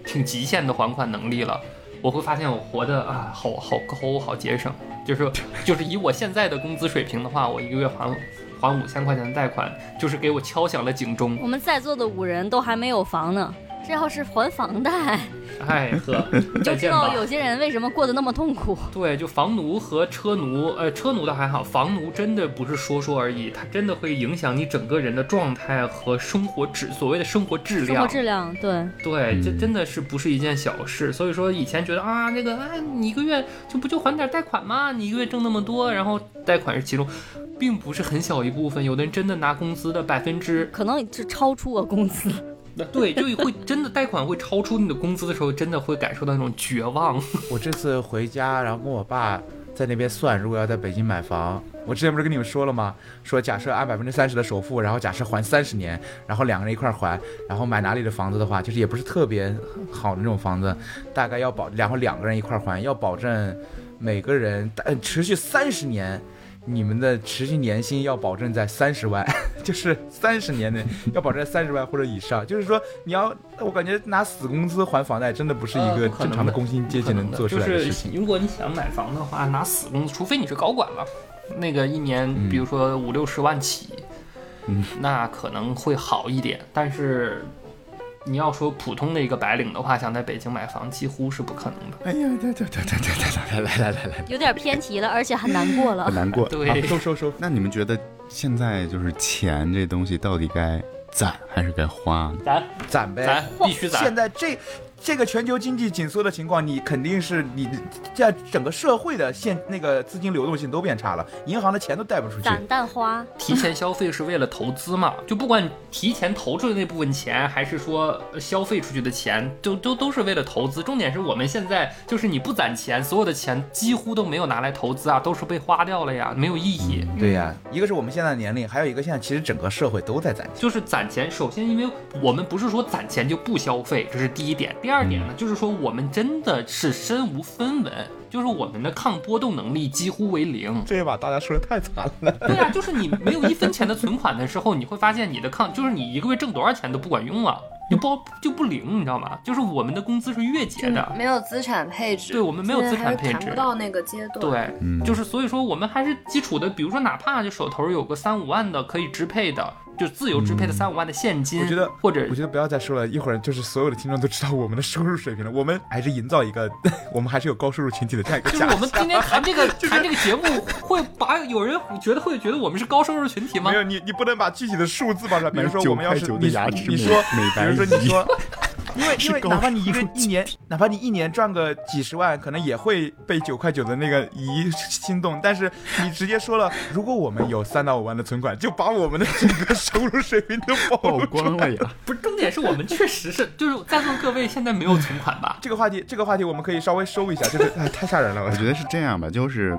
[SPEAKER 3] 挺极限的还款能力了。我会发现我活的啊，好好抠，好节省，就是就是以我现在的工资水平的话，我一个月还还五千块钱的贷款，就是给我敲响了警钟。
[SPEAKER 2] 我们在座的五人都还没有房呢，这要是还房 贷，
[SPEAKER 3] 哎呵，
[SPEAKER 2] 就
[SPEAKER 3] 再
[SPEAKER 2] 知
[SPEAKER 3] 见吧
[SPEAKER 2] 道。有些人为什么过得那么痛苦。
[SPEAKER 3] 对，就房奴和车奴，呃，车奴倒还好，房奴真的不是说说而已，它真的会影响你整个人的状态和生活质，所谓的生活质
[SPEAKER 2] 生
[SPEAKER 3] 量。
[SPEAKER 2] 活质量，对，
[SPEAKER 3] 对，这真的是不是一件小事。所以说以前觉得啊，那个啊，你一个月就不就还点贷款吗？你一个月挣那么多，然后贷款是其中，并不是很小一部分，有的人真的拿工资的百分之
[SPEAKER 2] 可能是超出我工资。
[SPEAKER 3] 对，就会真的贷款会超出你的工资的时候，真的会感受到那种绝望。
[SPEAKER 5] 我这次回家，然后跟我爸在那边算，如果要在北京买房，我之前不是跟你们说了吗？说假设按百分之三十的首付，然后假设还三十年，然后两个人一块儿还，然后买哪里的房子的话，就是也不是特别好的那种房子，大概要保，然后两个人一块儿还，要保证每个人呃持续三十年。你们的持续年薪要保证在三十万， 就是三十年内要保证三十万或者以上。就是说，你要我感觉拿死工资还房贷，真的不是一
[SPEAKER 3] 呃
[SPEAKER 5] 个
[SPEAKER 3] 不可
[SPEAKER 5] 正
[SPEAKER 3] 能
[SPEAKER 5] 常的
[SPEAKER 3] 的
[SPEAKER 5] 工薪阶级能做出来的事情。
[SPEAKER 3] 就是如果你想买房的话，拿死工资，除非你是高管了，
[SPEAKER 5] 嗯
[SPEAKER 3] 那个一年比如说五六十万起，
[SPEAKER 1] 嗯，
[SPEAKER 3] 那可能会好一点。但是你要说普通的一个白领的话，想在北京买房几乎是不可能的。
[SPEAKER 1] 哎呀，对对对对对对，来来来来来，
[SPEAKER 2] 有点偏题了，而且很难过了
[SPEAKER 1] 很。难过。
[SPEAKER 3] 对，
[SPEAKER 5] 啊收收收，
[SPEAKER 1] 那你们觉得现在就是钱这东西到底该攒还是该花呢？
[SPEAKER 3] 咱
[SPEAKER 5] 攒
[SPEAKER 3] 咱
[SPEAKER 5] 呗。
[SPEAKER 3] 必须
[SPEAKER 5] 现
[SPEAKER 3] 咱
[SPEAKER 5] 在这这个全球经济紧缩的情况，你肯定是你这整个社会的现那个资金流动性都变差了，银行的钱都贷不出去。
[SPEAKER 2] 散蛋花，
[SPEAKER 3] 提前消费是为了投资嘛？就不管提前投出的那部分钱，还是说呃消费出去的钱，都都都是为了投资。重点是我们现在就是你不攒钱，所有的钱几乎都没有拿来投资啊，都是被花掉了呀，没有意义。
[SPEAKER 5] 对呀、一个是我们现在的年龄，还有一个现在其实整个社会都在攒钱。
[SPEAKER 3] 就是攒钱，首先因为我们不是说攒钱就不消费，这是第一点。第二点呢，就是说我们真的是身无分文，就是我们的抗波动能力几乎为零。
[SPEAKER 5] 这也把大家说的太惨了。
[SPEAKER 3] 对啊，就是你没有一分钱的存款的时候，你会发现你的抗，就是你一个月挣多少钱都不管用了，就不就不灵，你知道吗？就是我们的工资是月结的，
[SPEAKER 8] 嗯没有资产配置，
[SPEAKER 3] 对我们没有资产配
[SPEAKER 8] 现在还
[SPEAKER 3] 置
[SPEAKER 8] 是谈不。到那个阶段。，
[SPEAKER 3] 对，
[SPEAKER 1] 嗯
[SPEAKER 3] 就是所以说我们还是基础的，比如说哪怕就手头有个三五万的可以支配的，就自由支配的三五万的现
[SPEAKER 5] 嗯
[SPEAKER 3] 金，
[SPEAKER 5] 我觉得
[SPEAKER 3] 或者
[SPEAKER 5] 我觉得不要再说了，一会儿就是所有的听众都知道我们的收入水平了。我们还是营造一个，我们还是有高收入群体的这样一个
[SPEAKER 3] 就是
[SPEAKER 5] 假
[SPEAKER 3] 我们今天谈 这个谈这个节目，会把有人觉得会觉得我们是高收入群体吗
[SPEAKER 5] 没？有你，你不能把具体的数字报出来。比如说，我们要是
[SPEAKER 1] 9.9
[SPEAKER 5] 你
[SPEAKER 1] 的牙齿
[SPEAKER 5] 你
[SPEAKER 1] 美
[SPEAKER 5] 说，
[SPEAKER 1] 美
[SPEAKER 5] 比
[SPEAKER 1] 白
[SPEAKER 5] 如说你
[SPEAKER 1] 仪
[SPEAKER 5] 说，因为因
[SPEAKER 1] 是
[SPEAKER 5] 为
[SPEAKER 1] 高
[SPEAKER 5] 哪怕你一个
[SPEAKER 1] 收入
[SPEAKER 5] 一年，哪怕你一年赚个几十万，可能也会被九块九的那个姨心动。但是你直接说了，如果我们有三到五万的存款，就把我们的整个收入水平都暴
[SPEAKER 1] 曝
[SPEAKER 5] 露出
[SPEAKER 1] 光
[SPEAKER 5] 来。
[SPEAKER 1] 了呀！
[SPEAKER 3] 不是，重点是我们确实是，就是在座各位现在没有存款吧？
[SPEAKER 5] 这个话题，这个话题我们可以稍微收一下，就是哎， 太吓人了，我
[SPEAKER 1] 我
[SPEAKER 5] 觉
[SPEAKER 1] 觉得是这样吧，就是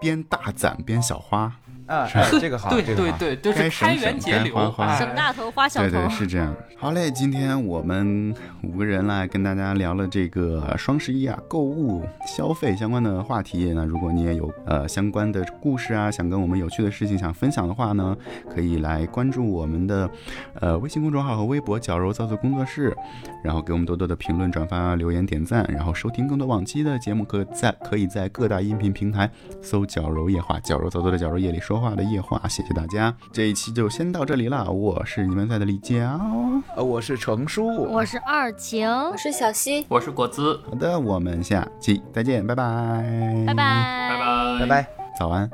[SPEAKER 1] 边大攒边小花，
[SPEAKER 5] 得啊，哎这个好，
[SPEAKER 3] 对
[SPEAKER 5] 这个
[SPEAKER 3] 对
[SPEAKER 5] 好。
[SPEAKER 3] 对，就
[SPEAKER 1] 该
[SPEAKER 3] 是
[SPEAKER 1] 省
[SPEAKER 3] 开源
[SPEAKER 1] 省
[SPEAKER 3] 节
[SPEAKER 1] 该
[SPEAKER 3] 流
[SPEAKER 1] 花，花
[SPEAKER 3] 哎
[SPEAKER 2] 省大头花小
[SPEAKER 1] 对
[SPEAKER 2] 头
[SPEAKER 1] 对，。是这样。好嘞，今天我们五个人来跟大家聊了这个双十一啊，购物消费相关的话题。那如果你也有呃相关的故事啊，想跟我们有趣的事情想分享的话呢，可以来关注我们的呃微信公众号和微博“矫揉造作工作室”，然后给我们多多的评论、转发、留言、点赞，然后收听更多往期的节目，可在可以在各大音频平台搜“矫揉夜话”，矫揉造作的矫揉，夜里说话的夜话。谢谢大家，这一期就先到这里啦，我是你们在的李佳哦。
[SPEAKER 5] 呃，我是程叔，
[SPEAKER 2] 我是二晴，
[SPEAKER 8] 我是小溪，
[SPEAKER 3] 我是果子，
[SPEAKER 1] 好的，我们下期再见，拜拜，
[SPEAKER 2] 拜拜，
[SPEAKER 3] 拜
[SPEAKER 5] 拜拜。
[SPEAKER 1] 早安。